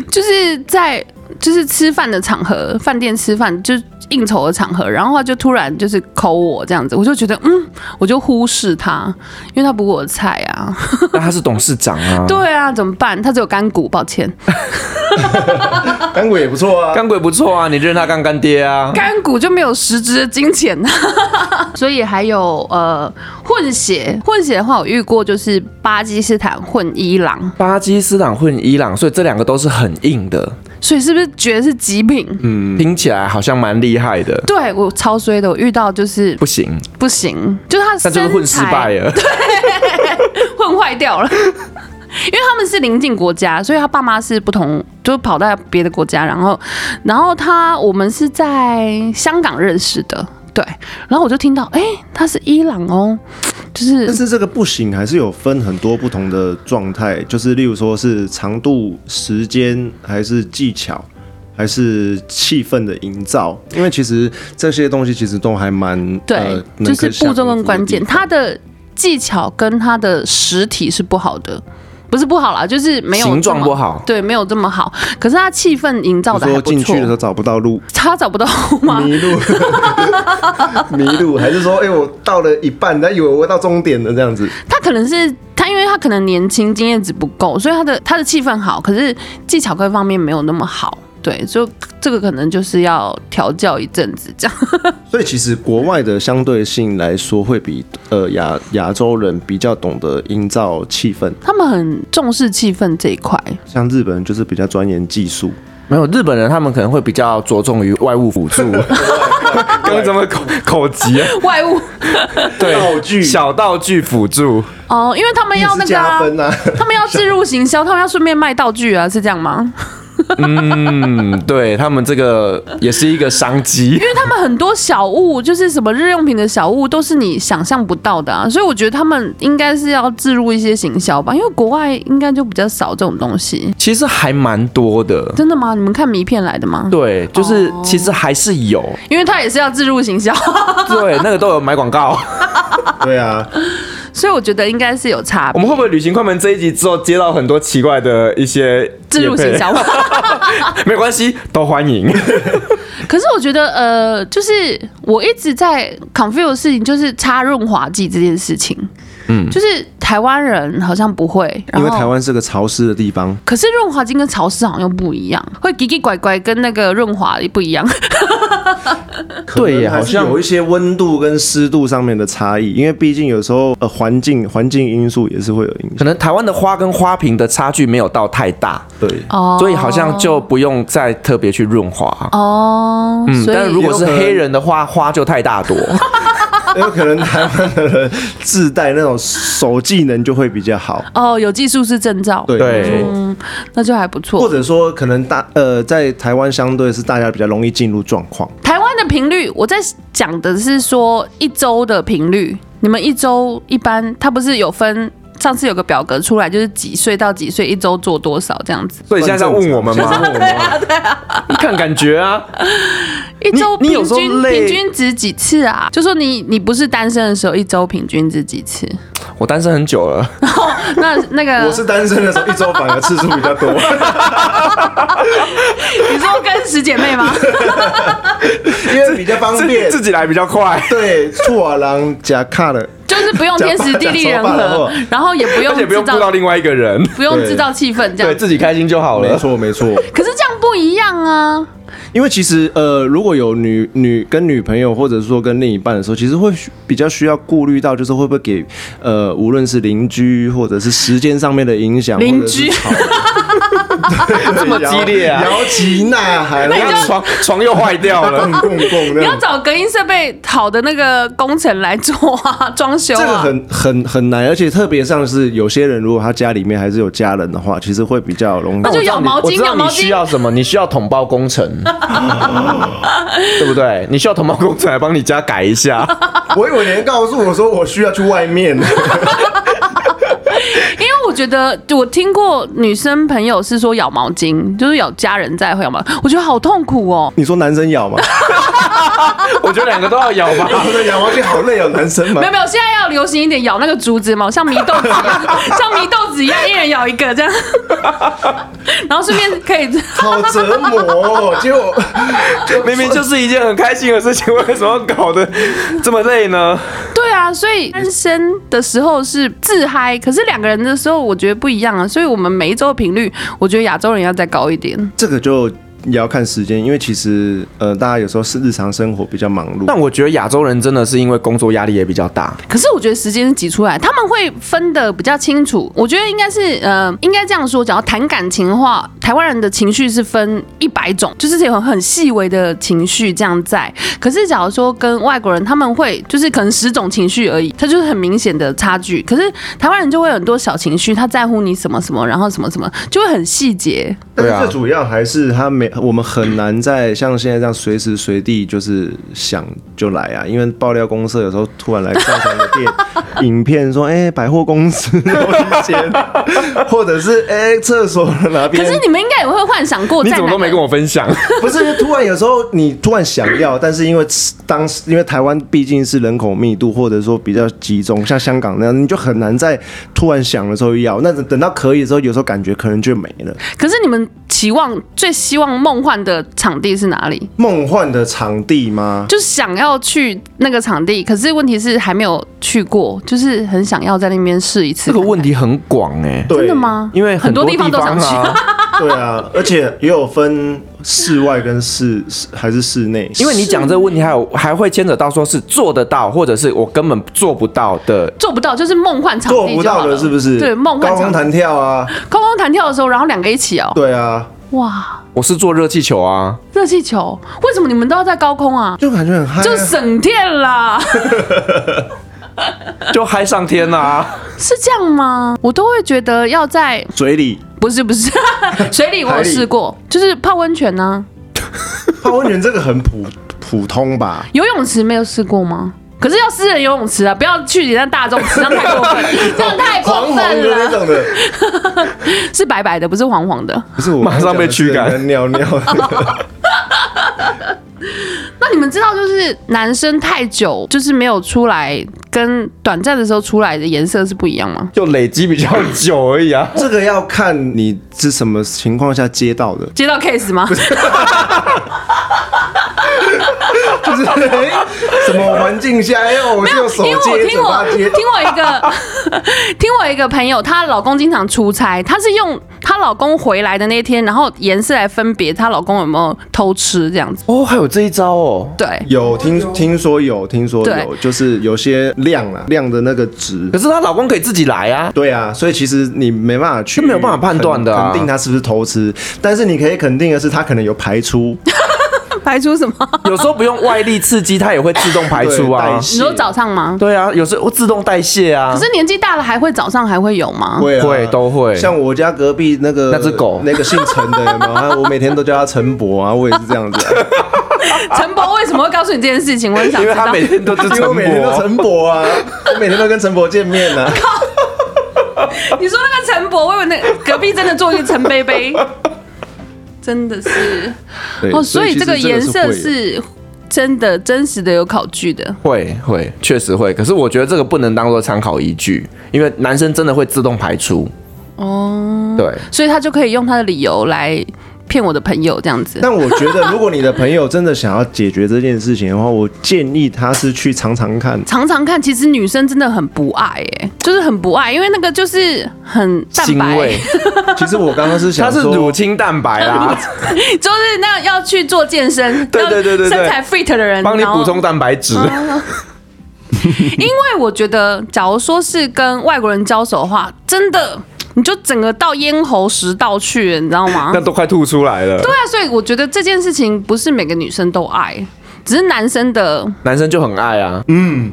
S3: 就是在就是吃饭的场合，饭店吃饭就是应酬的场合，然后他就突然就是抠我这样子，我就觉得嗯，我就忽视他，因为他不是我的菜啊。 *laughs*
S2: 那他是董事长啊，
S3: 对啊，怎么办？他只有干股，抱歉，
S4: 干鬼也不错啊，
S2: 干鬼不错啊，你认他干干爹啊。
S3: 干股就没有实质的金钱， *laughs* 所以还有呃混血，混血的话我遇过就是巴基斯坦混伊朗，
S2: 巴基斯坦混伊朗，所以这两个都是很硬的，
S3: 所以是不是觉得是极品？
S2: 嗯，听起来好像蛮厉害的。
S3: 对我超衰的，我遇到就是
S2: 不行，
S3: 不行，就是他
S2: 那
S3: 身
S2: 就是混失
S3: 材
S2: 败了。
S3: 混坏掉了。 *laughs* 因为他们是邻近国家，所以他爸妈是不同，就跑到别的国家，然后，然后他我们是在香港认识的，对，然后我就听到，哎、他是伊朗哦，就是
S4: 但是这个不行，还是有分很多不同的状态，就是例如说是长度、时间，还是技巧，还是气氛的营造。因为其实这些东西其实都还蛮
S3: 对，
S4: 呃
S3: 就
S4: 能
S3: 是
S4: 跟
S3: 步骤
S4: 相
S3: 跟
S4: 互
S3: 关键，
S4: 的地
S3: 他的技巧跟他的实体是不好的，不是不好啦，就是没有
S2: 形
S3: 这
S2: 状
S3: 么
S2: 不好
S3: 对，没有这么好。可是他气氛营造
S4: 方
S3: 的
S4: 比
S3: 还
S4: 如说
S3: 不
S4: 进去的时
S3: 错
S4: 候，找不
S3: *laughs*
S4: 到路，
S3: 他找不到吗？
S4: 迷路， *laughs* 迷路，还是说，哎、我到了一半，他以为我到终点了这样子。
S3: 他可能是他，因为他可能年轻，经验值不够，所以他的他的气氛好，可是技巧各方面没有那么好。对，就这个可能就是要调教一阵子，这样 *laughs*
S4: 所以其实国外的相对性来说，会比呃亚亚洲人比较懂得营造气氛，
S3: 他们很重视气氛这一块。
S4: 像日本人就是比较钻研技术。
S2: *laughs* 没有日本人，他们可能会比较着重于外务辅
S3: *laughs*
S2: 助，刚怎么口口级啊？
S3: 外务
S2: 对，
S4: 道具
S2: 小道具辅助，
S3: 哦，因为他们要那个、啊
S4: 一直加、分啊 *laughs*
S3: 他们要置入行销，他们要顺便卖道具啊，是这样吗？
S2: 嗯，对他们这个也是一个商机
S3: *laughs* 因。为他们很多小物，就是什么日用品的小物，都是你想象不到的啊，所以我觉得他们应该是要置入一些行销吧，因为国外应该就比较少这种东西。
S2: 其实还蛮多的，
S3: 真的吗？你们看迷片来的吗？
S2: 对，就是
S3: 哦
S2: 其实还是
S3: *laughs*
S2: 有，
S3: 因为他也是要置入行销， *laughs*
S2: 对，那个都有买广告。
S4: 对啊，
S3: 所以我觉得应该是有差
S2: *laughs* 我
S3: 别。
S2: 们会不会旅行快门这一集之后接到很多奇怪的一些
S3: 置入行销
S2: 业，配？没关系，都欢迎。
S3: *laughs* 可是我觉得，呃，就是我一直在 confuse 的事情，就是擦润滑剂这件事情。嗯，就是台湾人好像不会，然
S4: 因
S3: 后
S4: 为台湾是个潮湿的地方，
S3: 可是润滑剂跟潮湿好像又不一样，会叽叽拐拐跟那个润滑也不一样。
S2: 对耶
S4: 可能还
S2: 好
S4: 是
S2: 像
S4: 有一些温度跟湿度上面的差异，因为毕竟有时候呃环境环境因素也是会有影
S2: 可
S4: 响。
S2: 能台湾的花跟花瓶的差距没有到太大，
S4: 对， *laughs*
S3: 哦
S2: 所以好像就不用再特别去润滑。
S3: 哦，
S2: 嗯，
S3: 所以
S2: 但如果是
S4: 有可能
S2: 黑人的话，花就太
S4: *laughs*
S2: 大朵。
S4: 也有可能台湾的人自带那种手技能就会比较好。
S3: 哦有技术是证照，
S4: 对，
S2: 对
S4: 没错
S3: 那就还不错。
S4: 或者说可能大呃在台湾相对是大家比较容易进入状况。
S3: 台湾的频率，我在讲的是说一周的频率。你们一周一般，它不是有分？上次有个表格出来，就是几岁到几岁一周做多少这样子。
S2: 所以现在在问我们
S4: *laughs*
S2: 吗？
S4: 问我吗？
S3: *laughs*
S2: 看感觉啊，
S3: 一周
S2: 你
S3: 平
S2: 你有时候
S3: 均
S2: 累
S3: 平均值几次啊？就说你你不是单身的时候，一周平均值几 *laughs* 次？
S2: 我单身很久
S4: *laughs*
S2: 了，
S3: 那那个
S4: 我是单身的时候，一周反而次数比
S2: *laughs*
S4: 较多。
S3: 你说跟十姐妹吗？
S4: 因为比较方便
S2: 自。自己来比较快，
S4: 对， *laughs* 出瓦郎假卡了，
S3: 就是不用天时地利人
S4: 讲错
S3: 和
S4: 话了，
S3: 然后也不用
S2: 而且不
S3: 制
S2: 用顾到
S3: 造
S2: 另外一个人，
S3: 不用制造气氛这
S2: 对
S3: 样。
S2: 自己开心就好
S4: 没
S2: 了。
S4: 错没错。
S3: 可是这样不一样啊。
S4: *laughs* 因为其实呃，如果有女女跟女朋友或者说跟另一半的时候，其实会需比较需要顾虑到，就是会不会给呃，无论是邻居或者是时间上面的影响，
S3: 邻居
S4: 或者是吵 *laughs*
S2: 这么激烈啊！
S4: 摇旗呐喊，
S2: 然后床床又坏掉了
S4: 蹦，蹦蹦
S3: 你
S4: 那
S3: 要
S4: *laughs* 种。
S3: 找隔音设备好的那个工程来做啊， *laughs* 装修
S4: 这个
S3: 啊。
S4: 很很很难，而且特别像是有些人，如果他家里面还是有家人的话，其实会比较容
S3: 哦
S4: 易
S3: 那。就咬毛
S2: 我
S3: 巾，
S2: 知道
S3: 咬
S2: 你
S3: 毛
S2: 需
S3: 巾。
S2: 要什么，你需要统包工程，对不对？你需要统包工程来帮你家改一下。
S4: 我有人告诉我说我需要去外面，
S3: 因为我觉得我听过女生朋友是说咬毛巾，就是咬家人在会咬毛，我觉得好痛苦哦。
S4: *laughs* 你说男生咬吗？
S2: 我觉得两个都要咬吧。
S4: *laughs* 我说咬毛巾好累哦，男生
S2: 嗯
S4: 嘛
S3: 没有。没有，现在要流行一点，咬那个竹子毛，像迷豆
S2: *laughs*
S3: 子一样，像迷豆子一样，一人咬一个这样， *laughs* 然后顺便可以。
S4: 好折磨、哦，结果
S2: 明明就是一件很开心的事情，为什么要搞得这么累呢？
S3: 对啊，所以单身的时候是自嗨，可是两个人的时候我觉得不一样啊，所以我们每一周的频率，我觉得亚洲人要再高一点。
S4: *laughs* 这个就也要看时间，因为其实呃，大家有时候是日常生活比较忙碌
S2: 但。我觉得亚洲人真的是因为工作压力也比较大，
S3: 可是我觉得时间是挤出来，他们会分的比较清楚。我觉得应该是，呃，应该这样说，只要谈感情的话，台湾人的情绪是分一百种，就是有很细微的情绪这样在。可是假如说跟外国人，他们会就是可能十种情绪而已，它就是很明显的差距。可是台湾人就会有很多小情绪，他在乎你什么什么，然后什么什么，就会很细节。
S4: 但
S2: 对啊
S4: 是最主要还是他没，我们很难在像现在这样随时随地就是想就来啊，因为爆料公社有时候突然来上传个电影 *laughs* 片说，哎、百货公司有一间，或者是哎、厕所哪
S3: 可
S4: 边，
S3: 是你们应该也会幻想过，
S2: 你怎么都没跟我
S3: 我。
S2: 分享？
S4: *laughs* 不是突然有时候你突然想要，但是因为当时因为台湾毕竟是人口密度或者说比较集中，像香港那样，你就很难在突然想的时候要，那等到可以的时候，有时候感觉可能就没了。
S3: 可是你们期望最希望梦幻的场地是哪里？
S4: 梦幻的场地吗？
S3: 就想要去那个场地，可是问题是还没有去过，就是很想要在那边试一次。
S2: 这个问题很广哎、
S4: 对
S3: *laughs* 真的吗？
S2: 因为
S3: 很
S2: 多
S3: 多地
S2: 方
S3: 方都想去。
S2: 啊，
S4: 对啊，而且也有分室外跟室室还是室内，
S2: 因为你讲这个问题，还有还会牵扯到说是做得到，或者是我根本做不到的。
S3: *laughs* 做不到，就是梦幻场地
S4: 做不
S3: 就
S4: 到
S3: 好
S4: 的
S3: 了
S4: 是不是？
S3: 对，梦幻
S4: 高空
S3: 场地。
S4: 弹跳啊，
S3: 空空弹跳的时候，然后两个一起哦。
S4: 对啊，
S3: 哇，
S2: 我是做热气球啊，
S3: 热气球，为什么你们都要在高空啊？
S4: 就感觉很嗨啊、
S3: 就省电啦， *laughs*
S2: 就嗨上天啦、啊。
S3: 是这样吗？我都会觉得要在
S4: 嘴里
S3: 不是不
S4: *laughs*
S3: 是水里，我
S4: 海
S3: 有
S4: 里
S3: 试过，就是泡温泉啊呢、
S4: 泡温泉这个很普普通吧？
S3: 游泳池没有试过吗？可是要私人游泳池啊，不要去人家大众池，这样太过
S4: *laughs*
S3: 分，这样太
S4: 黄
S3: 过
S4: 黄的
S3: 分
S4: 那
S3: 了。
S4: 种的，
S3: 是白白的，不是黄黄的。
S4: 不是我
S2: 马上被驱赶
S4: 讲的是 *laughs* 尿尿的
S3: 那你们知道，就是男生太久就是没有出来，跟短暂的时候出来的颜色是不一样吗？
S2: 就累积比较久而已啊。
S4: 这个要看你是什么情况下接到的，
S3: 接到 case 吗？
S4: 就是、 *laughs* 哎什么环境下，哎呦，我就手
S3: 因为我 *laughs*
S4: 接
S3: 听
S4: 嘴
S3: 我
S4: 巴接，
S3: 听我一个 *laughs* 听我一个朋友，她老公经常出差，她是用她老公回来的那天，然后颜色来分别她老公有没有偷吃这样子。
S2: *laughs* 哦，还有这一招哦。
S3: 对，
S4: 有听听说有听说有，
S3: 对
S4: 就是有些量啊量的那个值
S2: 可。是她老公可以自己来啊，
S4: 对啊，所以其实你没办法去，
S2: 这没有办法判断的啊
S4: 肯定他是不是偷吃。但是你可以肯定的是，他可能有排出
S2: *laughs*
S3: 排出什么？
S2: 有时候不用外力刺激，她也会自动排出
S4: 对
S2: 啊
S4: 代。谢
S3: 你说早上吗？
S2: 对啊，有时候自动代谢啊。
S3: 可是年纪大了还会早上还会有吗？
S4: 会啊
S2: 会都会
S4: 像我家隔壁那个
S2: 那只狗
S4: 那个姓陈的，
S2: *laughs*
S4: 有没有啊？我每天都叫他陈伯啊，我也是这样子、啊，
S3: 陈伯为什么会告诉你这件事情？我很想
S2: 因
S3: 知
S2: 为
S3: 道
S2: 她。每天都是
S4: *laughs* 因为
S2: 陈
S4: 我每天都
S2: 博，
S4: 陈伯啊， *laughs* 我每天都跟陈伯见面 *laughs* 啊。
S3: *laughs* 你说那个陈伯，我以为那隔壁真的坐一个陈贝 *laughs* 贝，真的是
S4: 对
S3: 哦，所以
S4: 其
S3: 这
S4: 实
S3: 个
S4: 真的
S3: 颜色
S4: 会
S3: 是真的真实的有考据的。
S2: 会会确实会。可是我觉得这个不能当做参考依据，因为男生真的会自动排出。
S3: 嗯
S2: 哦，对，
S3: 所以他就可以用他的理由来骗我的朋友这样子。
S4: 但我觉得，如果你的朋友真的想要解决这件事情的话，我建议他是去尝
S3: *laughs*
S4: 尝看。
S3: 常常看，其实女生真的很不爱、欸，就是很不爱，因为那个就是很蛋
S2: 腥 *laughs*
S3: 白，
S2: 味，
S4: 其实我刚刚是
S2: 它
S4: 想
S2: 是
S4: 说，
S2: 乳清蛋白啊
S3: *laughs*
S2: 啦，
S3: 就是那要去做健身，
S2: 对对对对对
S3: 要身材 fit 的人，哦
S2: 帮你
S3: 然后嗯
S2: 补充蛋白质。
S3: 因为我觉得，假如说是跟外国人交手的话，真的你就整个到咽喉食道去了，你知道吗？
S2: 那都快吐出来了。
S3: 对啊，所以我觉得这件事情不是每个女生都爱，只是男
S2: *laughs*
S3: 生的。
S2: 男生就很爱啊，
S4: *laughs* 没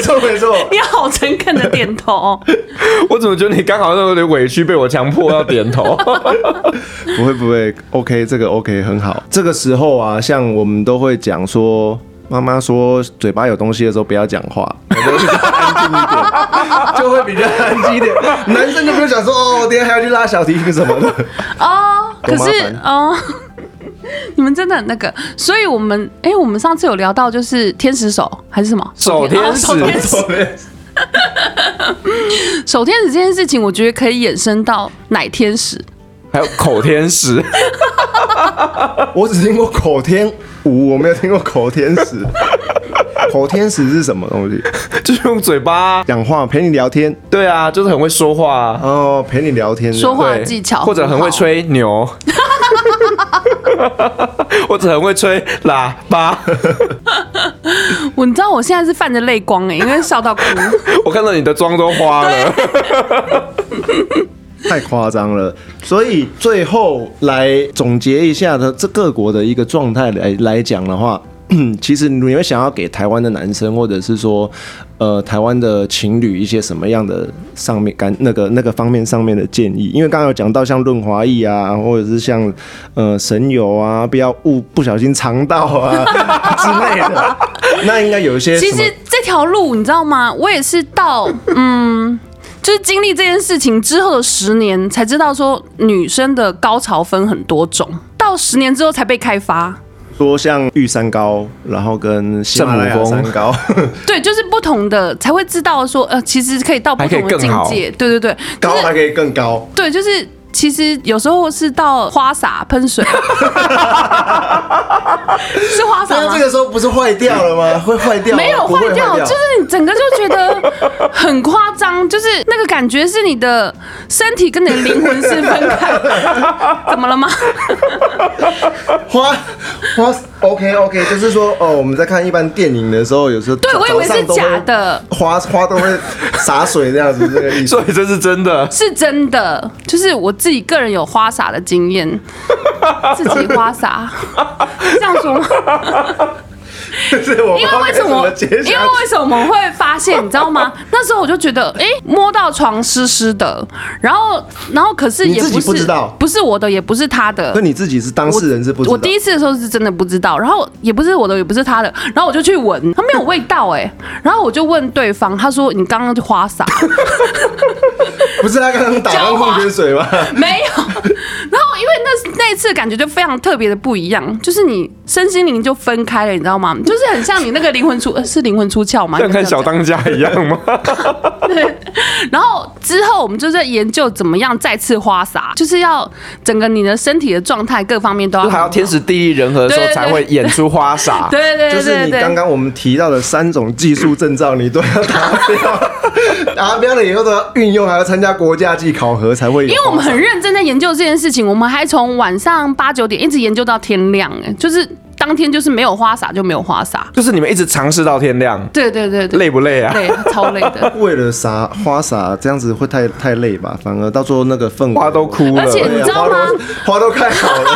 S4: 错没错，
S3: 你好诚恳的点头哦，
S2: *laughs* 我怎么觉得你刚好有点委屈，被我强迫要点 *laughs* 头？
S4: 不会不会，OK，这个 OK 很好。这个时候啊，像我们都会讲说，妈妈说嘴巴有东西的时候不要讲 *laughs* 话，我都会比较安静一点，就会比较安静一点。 *laughs* 男生就不用讲说哦，我等一下还要去拉小提琴什么
S3: *laughs*
S4: 的。
S3: 哦，可
S4: 多麻
S3: 是
S2: *laughs*
S4: 烦
S3: 哦。 *laughs* 你们真的很那个，所以我们哎、我们上次有聊到就是天使手还是什么
S2: 手天
S3: 哦手 *laughs* 天
S2: 使，
S3: 使手天使这件事情，我觉得可以衍生到奶天 *laughs* 使，
S2: 还有口天使， *laughs*
S4: 我只听过口天舞，我没有听过口天使。口天使是什么东西？
S2: 就是用嘴巴啊、
S4: 讲话陪你聊天
S2: 对啊，就是很会说话啊，
S4: 哦，陪你聊天这样
S3: 说话
S2: 对
S3: 技巧
S2: 或者很会
S3: 好
S2: 吹牛， *laughs* 或者很会吹喇叭。 *laughs*
S3: 我你知道我现在是泛着泪光哎、因 *laughs* 为笑到哭。
S2: 我看到你的妆都花了，
S4: 太夸张了。所以最后来总结一下的这各国的一个状态来来讲的话。其实你们想要给台湾的男生，或者是说，呃，台湾的情侣一些什么样的上面感那个那个方面上面的建议？因为刚刚有讲到像润滑液啊，或者是像呃神油啊，不要误不小心尝到啊之类的。那应该有一些
S3: 其
S4: 什么
S3: 实这条路你知道吗？我也是到嗯，就是经历这件事情之后的十年，才知道说女生的高潮分很多种，到十年之后才被开发。
S4: 说像玉山高，然后跟喜马拉雅山高，
S3: 对，就是不同的才会知道说，呃，其实可以到不同
S2: 还可
S3: 的
S2: 以更
S3: 境
S2: 好
S3: 界。对对对，就
S4: 高
S3: 是
S4: 还可以更高。
S3: 对，就是其实有时候是到花洒喷水， *laughs* 是花洒
S4: 但
S3: 吗
S4: 这？个时候不是坏掉了吗？会坏掉
S3: 嗯
S4: 吗？
S3: 没有
S4: 不会
S3: 坏掉，就是你整个就觉得很夸张，就是那个感觉是你的身体跟你的灵魂是分开，怎么了吗？
S4: 花花 OK OK，就是说哦，我们在看一般电影的时候，有时候
S3: 对我以为是假，的，
S4: 花花都
S3: *laughs*
S4: 会洒水这样子，这个意思
S2: *laughs* 所。以这是真的。
S3: 是真的，就是我自己个人有花洒的经验，自己花洒，这样说吗？
S4: 是我
S3: 因为为什么？因为为什么我会发现，你知道
S4: *laughs*
S3: 吗？那时候我就觉得，哎、摸到床湿湿的，然后，然后可是也
S4: 你自己
S3: 不是，
S4: 不知道
S3: 是我的，也不是他的
S4: 那。你自己是当事人是不知道？
S3: 我第一次的时候是真的不知道，然后也不是我的，也不是他的，然后我就去闻，它没有味道哎、然后我就问对方，他说你刚刚就花洒，
S4: *laughs* 不是他刚刚打完矿泉水吗？
S3: 没有。然后因为那那一次感觉就非常特别的不一样，就是你身心灵就分开了，你知道吗？就是很像你那个灵魂出、呃是灵魂出窍吗？
S2: 像看小
S3: 当。
S2: 当家一样
S3: *laughs*
S2: 吗？
S3: 然后之后我们就在研究怎么样再次花洒，就是要整个你的身体的状态各方面都要
S2: 就还要天时地利人和的时候
S3: 对对对
S2: 才会演出花洒。
S3: 对对对
S4: 就
S3: 对
S4: 是
S3: 对
S4: 你
S3: 对
S4: 刚刚我们提到的三种技术证照，你都要达
S3: *laughs*
S4: 标，达标了以后都要运用，还要参加国家级考核才会有。
S3: 因为我们很认真在研究这件事情，我们还从晚上八九点一直研究到天亮、哎，就是当天就是没有花洒就没有花洒。
S2: 就是你们一直尝试到天亮，
S3: 对对对对，
S2: 累不累啊？
S3: 累，超累
S4: *laughs*
S3: 的。
S4: 为了啥花洒这样子会太太累吧？反而到最后那个氛围
S2: 花都哭了。
S3: 而且
S4: 对
S3: 哎你
S4: 啊
S3: 知道吗？
S4: *laughs* 花都花都开好了，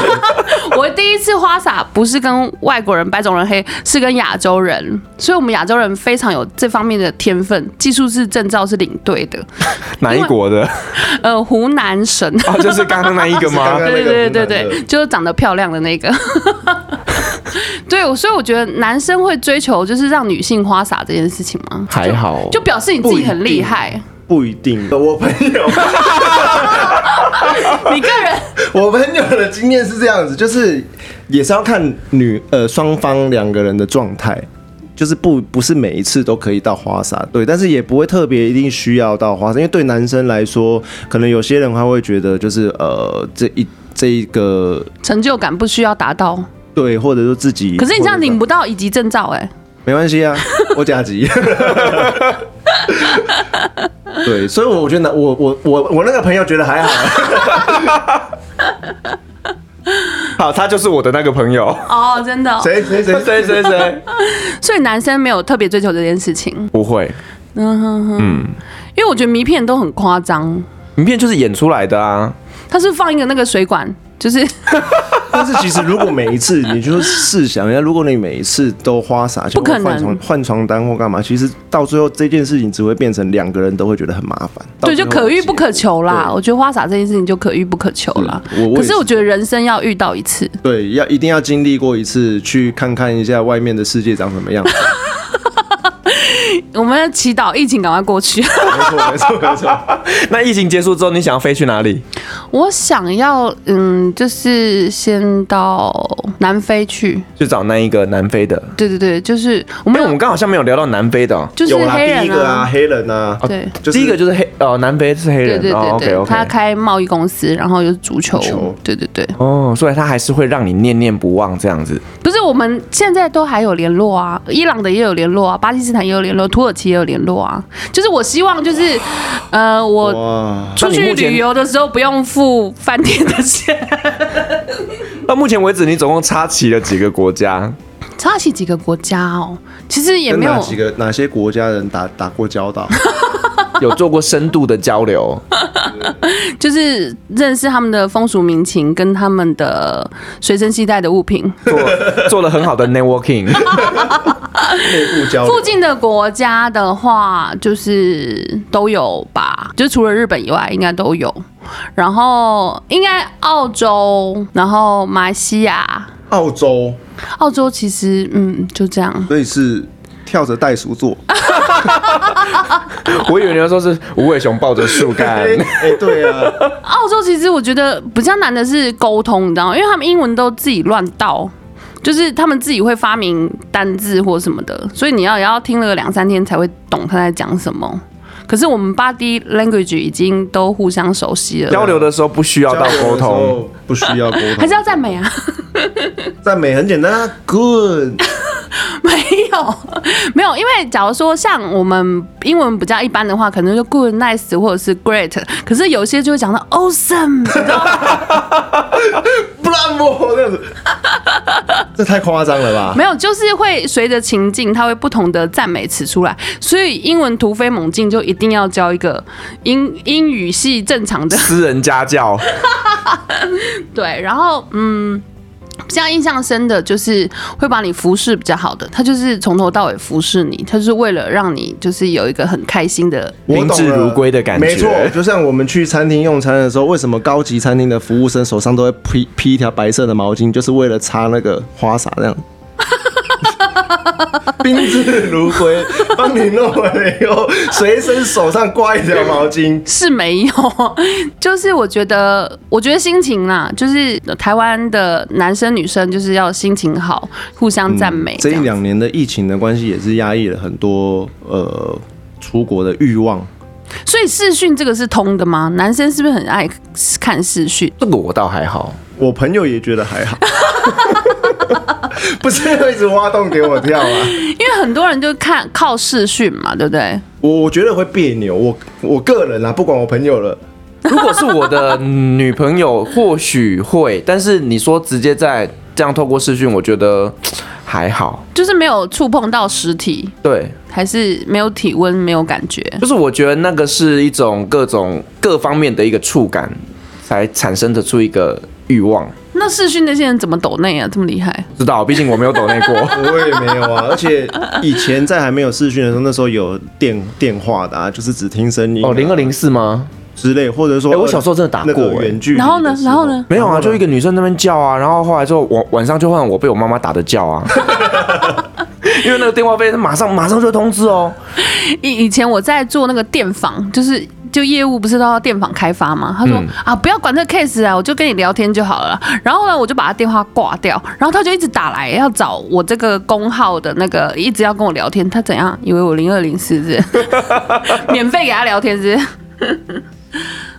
S3: 我第一次花洒不是跟外国人、白种人、黑，是跟亚洲人，所以我们亚洲人非常有这方面的天分，技术是证照是领队的，
S2: 哪一国的？
S3: 呃，湖南省。
S2: *laughs* 哦，就是刚刚那一个
S3: *laughs*
S4: 是刚
S2: 吗
S4: 刚？那个
S3: 对对对
S4: 湖
S3: 对
S4: 南
S3: 对，
S4: 的
S3: 就是长得漂亮的那个。 *laughs* 对，我所以我觉得男生会追求就是让女性花洒这件事情吗？
S2: 还好，
S3: 就表示你自己很厉害，
S4: 不一定。我朋友，
S3: *laughs* 你个人
S4: *laughs* 我朋友的经验是这样子，就是也是要看女呃双方两个人的状态。就是不不是每一次都可以到花洒，对，但是也不会特别一定需要到花洒，因为对男生来说，可能有些人他会觉得就是呃这一这一个
S3: 成就感不需要达到，
S4: 对，或者说自己，
S3: 可是你这样
S4: 或者
S3: 领不到乙级证照哎、
S4: 没关系 *laughs* 啊，我甲级。对，所以，我我觉得我我我我那个朋友觉得还好，
S2: 好，他就是我的那个朋友。
S3: 哦，真的哦、
S4: *laughs* 谁谁谁
S2: *laughs* 谁谁谁
S3: 所以男生没有特别追求这件事情，
S2: 不会？
S3: 嗯哼哼，因为我觉得迷片都很夸张，
S2: 影片就是演出来的啊。
S3: 它是放一个那个水管，就是
S4: *laughs* 但是其实如果每一次，你就试想一下，如果你每一次都花洒钱
S3: 不可
S4: 或换
S3: 能
S4: 床换床单或干嘛，其实到最后这件事情只会变成两个人都会觉得很麻烦。到
S3: 对，
S4: 最
S3: 就
S4: 后
S3: 可遇不可求啦。
S4: 对
S3: 我觉得花洒这件事情就可遇不可求啦。
S4: 嗯我我也
S3: 可是
S4: 是
S3: 我觉得人生要遇到一次，
S4: 对，要一定要经历过一次，去看看一下外面的世界长什
S3: *laughs*
S4: 么样子。
S3: 我们要祈祷疫情赶快过去。
S4: 没错，没错，没错。
S2: 那疫情结束之后，你想要飞去哪里？
S3: 我想要，嗯，就是先到南非去。
S2: 去找那一个南非的。
S3: 对对对，就是我
S2: 因
S3: 们
S2: 为我们刚好像没有聊到南非的、哦。
S3: 就是
S4: 哎有啦，
S3: 黑
S4: 第
S3: 人
S4: 一个啊，黑人啊，
S2: 哦
S3: 对
S4: 就是
S2: 第一个就是黑哦，南非是黑
S3: 对
S2: 人。
S3: 对
S2: 哦
S3: 对对，
S2: ，OK
S3: 他
S2: OK。
S3: 开贸易公司，然后有足球，
S4: 足球
S3: 对对对，
S2: 哦，所以他还是会让你念念不忘这样子。
S3: 不是我们现在都还有联络啊，伊朗的也有联络啊，巴基斯坦也有联络，土耳其也有联络啊，就是我希望就是，呃，我
S4: 哇，
S3: 出
S2: 那你
S3: 去
S2: 目前
S3: 旅游的时候不用付饭店的钱。
S2: 到目前为止，你总共插旗了几个国家？
S3: 插旗几个国家哦，其实也
S4: 跟
S3: 没有
S4: 哪几个哪些国家人打打过
S3: *laughs*
S4: 交道？
S2: 有做过深度的交流？ *laughs*
S3: 就是认识他们的风俗民情跟他们的随身携带的物品。
S2: 做做了很好的 networking。 *laughs*
S4: 内部交流
S3: 附近的国家的话，就是都有吧，就除了日本以外，应该都有。然后应该澳洲，然后马来西亚，
S4: 澳洲，
S3: 澳洲其实嗯就这样。
S4: 所以是跳着袋
S3: *laughs*
S4: 鼠做。
S3: 哎
S2: 我以为你要说是无尾熊抱着树干
S4: 哎，哎， *laughs* 对啊，
S3: 澳洲其实我觉得比较难的是沟通，你知道吗？因为他们英文都自己乱倒，就是他们自己会发明单字或什么的，所以你要也要听了两三天才会懂他在讲什么。可是我们 body language 已经都互相熟悉了，
S2: 交流的时候不需要到沟
S4: 交流的时
S2: 通。
S4: 候不需要沟
S3: 还
S4: 通
S3: 是，要赞美啊？
S4: 赞美很简单啊，good。
S3: *laughs* *laughs* 没有，没有，因为假如说像我们英文比较一般的话，可能就 good、nice 或者是 great，可是有些就会讲到 awesome，你知道吗
S4: 不然我这样子， *laughs* 这太夸张了吧？
S3: *laughs* 没有，就是会随着情境，它会不同的赞美词出来，所以英文突飞猛进就一定要教一个英英语系正常
S2: *laughs*
S3: 的
S2: 私人家教，
S3: 对，然后嗯。比较印象深的就是会把你服侍比较好的，他就是从头到尾服侍你，他就是为了让你就是有一个很开心的
S4: 我
S2: 宾
S4: 懂
S2: 至
S4: 了
S2: 如归的感觉
S4: 没错，就像我们去餐厅用餐的时候，为什么高级餐厅的服务生手上都会披披一条白色的毛巾，就是为了擦那个花洒
S2: *laughs*
S4: 这样。宾至如归，帮你弄完了以后，随身手上挂一条毛巾。
S3: 是没有， *laughs* 就是我觉得，我觉得心情啦，就是台湾的男生女生就是要心情好，互相赞美
S4: 嗯
S3: 这
S4: 这一
S3: 样。
S4: 两年的疫情的关系，也是压抑了很多呃出国的欲望。
S3: 所以视讯这个是通的吗？男生是不是很爱看视讯？
S2: 这个我倒还好。
S4: 我朋友也觉
S3: *laughs*
S4: 得还好，不是要一直挖洞给我跳啊。
S3: 因为很多人就看靠视讯嘛，对不对？
S4: 我我觉得会别扭，我我个人啊，不管我朋友了，。
S2: 如果是我的女朋友，或许会，但是你说直接在这样透过视讯，我觉得还好。
S3: 就是没有触碰到实体，
S2: 对，
S3: 还是没有体温，没有感觉。
S2: 就是我觉得那个是一种各种各方面的一个触感，才产生得出一个欲望。
S3: 那视讯那些人怎么抖内啊？这么厉害？
S2: 知道，毕竟我没有抖内过
S4: 我也没
S3: *laughs*
S4: 有啊。而且以前在还没有视讯的时候，那时候有电电话的啊，就是只听声音、
S2: 哦，零二零四吗？
S4: 之类，或者说、
S2: 哎我小时候真的打过
S4: 那个
S2: 哎
S4: 远距离的
S3: 然
S4: 时
S3: 后
S4: 候
S3: 呢？然后呢？？
S2: 没有啊，就一个女生在那边叫啊，然后后来之后晚晚上就换我被我妈妈打的叫 *laughs* 啊，因为那个电话费马上马上就通知哦。
S3: 以以前我在做那个电访，就是就业务不是都要电访开发吗？他说、
S4: 嗯
S3: 啊，不要管这个 case 啊，我就跟你聊天就好了啦。然后呢，我就把他电话挂掉，然后他就一直打来要找我这个工号的那个，一直要跟我聊天。他怎样？以为我零二零四
S4: *laughs*
S3: 是不是免费给他聊天是 *laughs* 不是？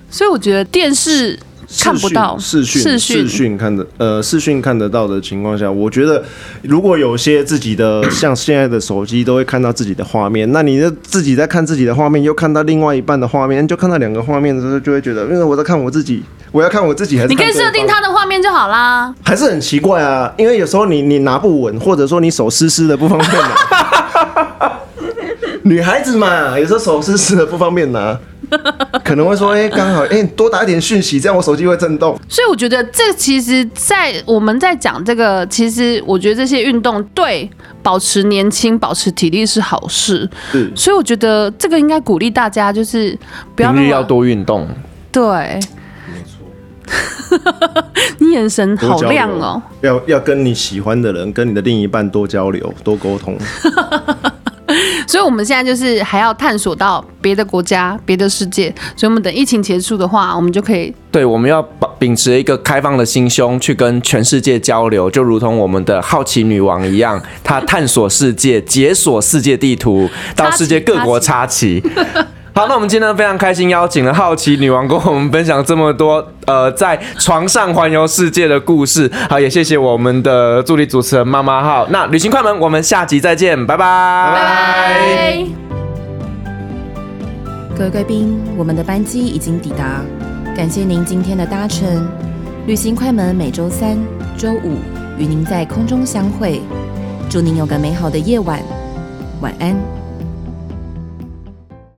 S3: 所以我觉得电视看不到
S4: 视讯
S3: 视
S4: 视
S3: 讯
S4: 讯看得呃视讯看得到的情况下，我觉得如果有些自
S2: *coughs*
S4: 己的像现在的手机都会看到自己的画面，那你就自己在看自己的画面，又看到另外一半的画面，就看到两个画面的时候，就会觉得，因为我在看我自己，我要看我自己还是
S3: 你可以
S4: 看对
S3: 设定
S4: 方
S3: 他的画面就好啦。
S4: 还是很奇怪啊，因为有时候你你拿不稳，或者说你手湿湿的不方便拿。女孩子嘛，有时候手是湿了不方便拿，可能会说，哎、刚好，哎、多打一点讯息，这样我手机会震动。
S3: 所以我觉得这其实，在我们在讲这个，其实我觉得这些运动对保持年轻、保持体力是好事。
S4: 是
S3: 所以我觉得这个应该鼓励大家，就是不要那
S2: 平日
S3: 么
S2: 要多运动。
S3: 对。 *laughs* 你眼神好亮哦！
S4: 要要跟你喜欢的人，跟你的另一半多交流，多沟通。
S3: 所以我们现在就是还要探索到别的国家、别的世界，所以我们等疫情结束的话，我们就可以
S2: 对，我们要把秉持一个开放的心胸去跟全世界交流，就如同我们的好奇女王一样，她探索世界，解锁世界地图，到世界各国插旗。 *laughs* 好，那我们今天非常开心，邀请了好奇女王跟我们分享这么多呃在床上环游世界的故事。好，也谢谢我们的助理主持人妈妈号。那旅行快门，我们下集再见，拜拜。拜拜
S1: 各位贵宾，我们的班机已经抵达，感谢您今天的搭乘。旅行快门每周三、周五与您在空中相会，祝您有个美好的夜晚，晚安。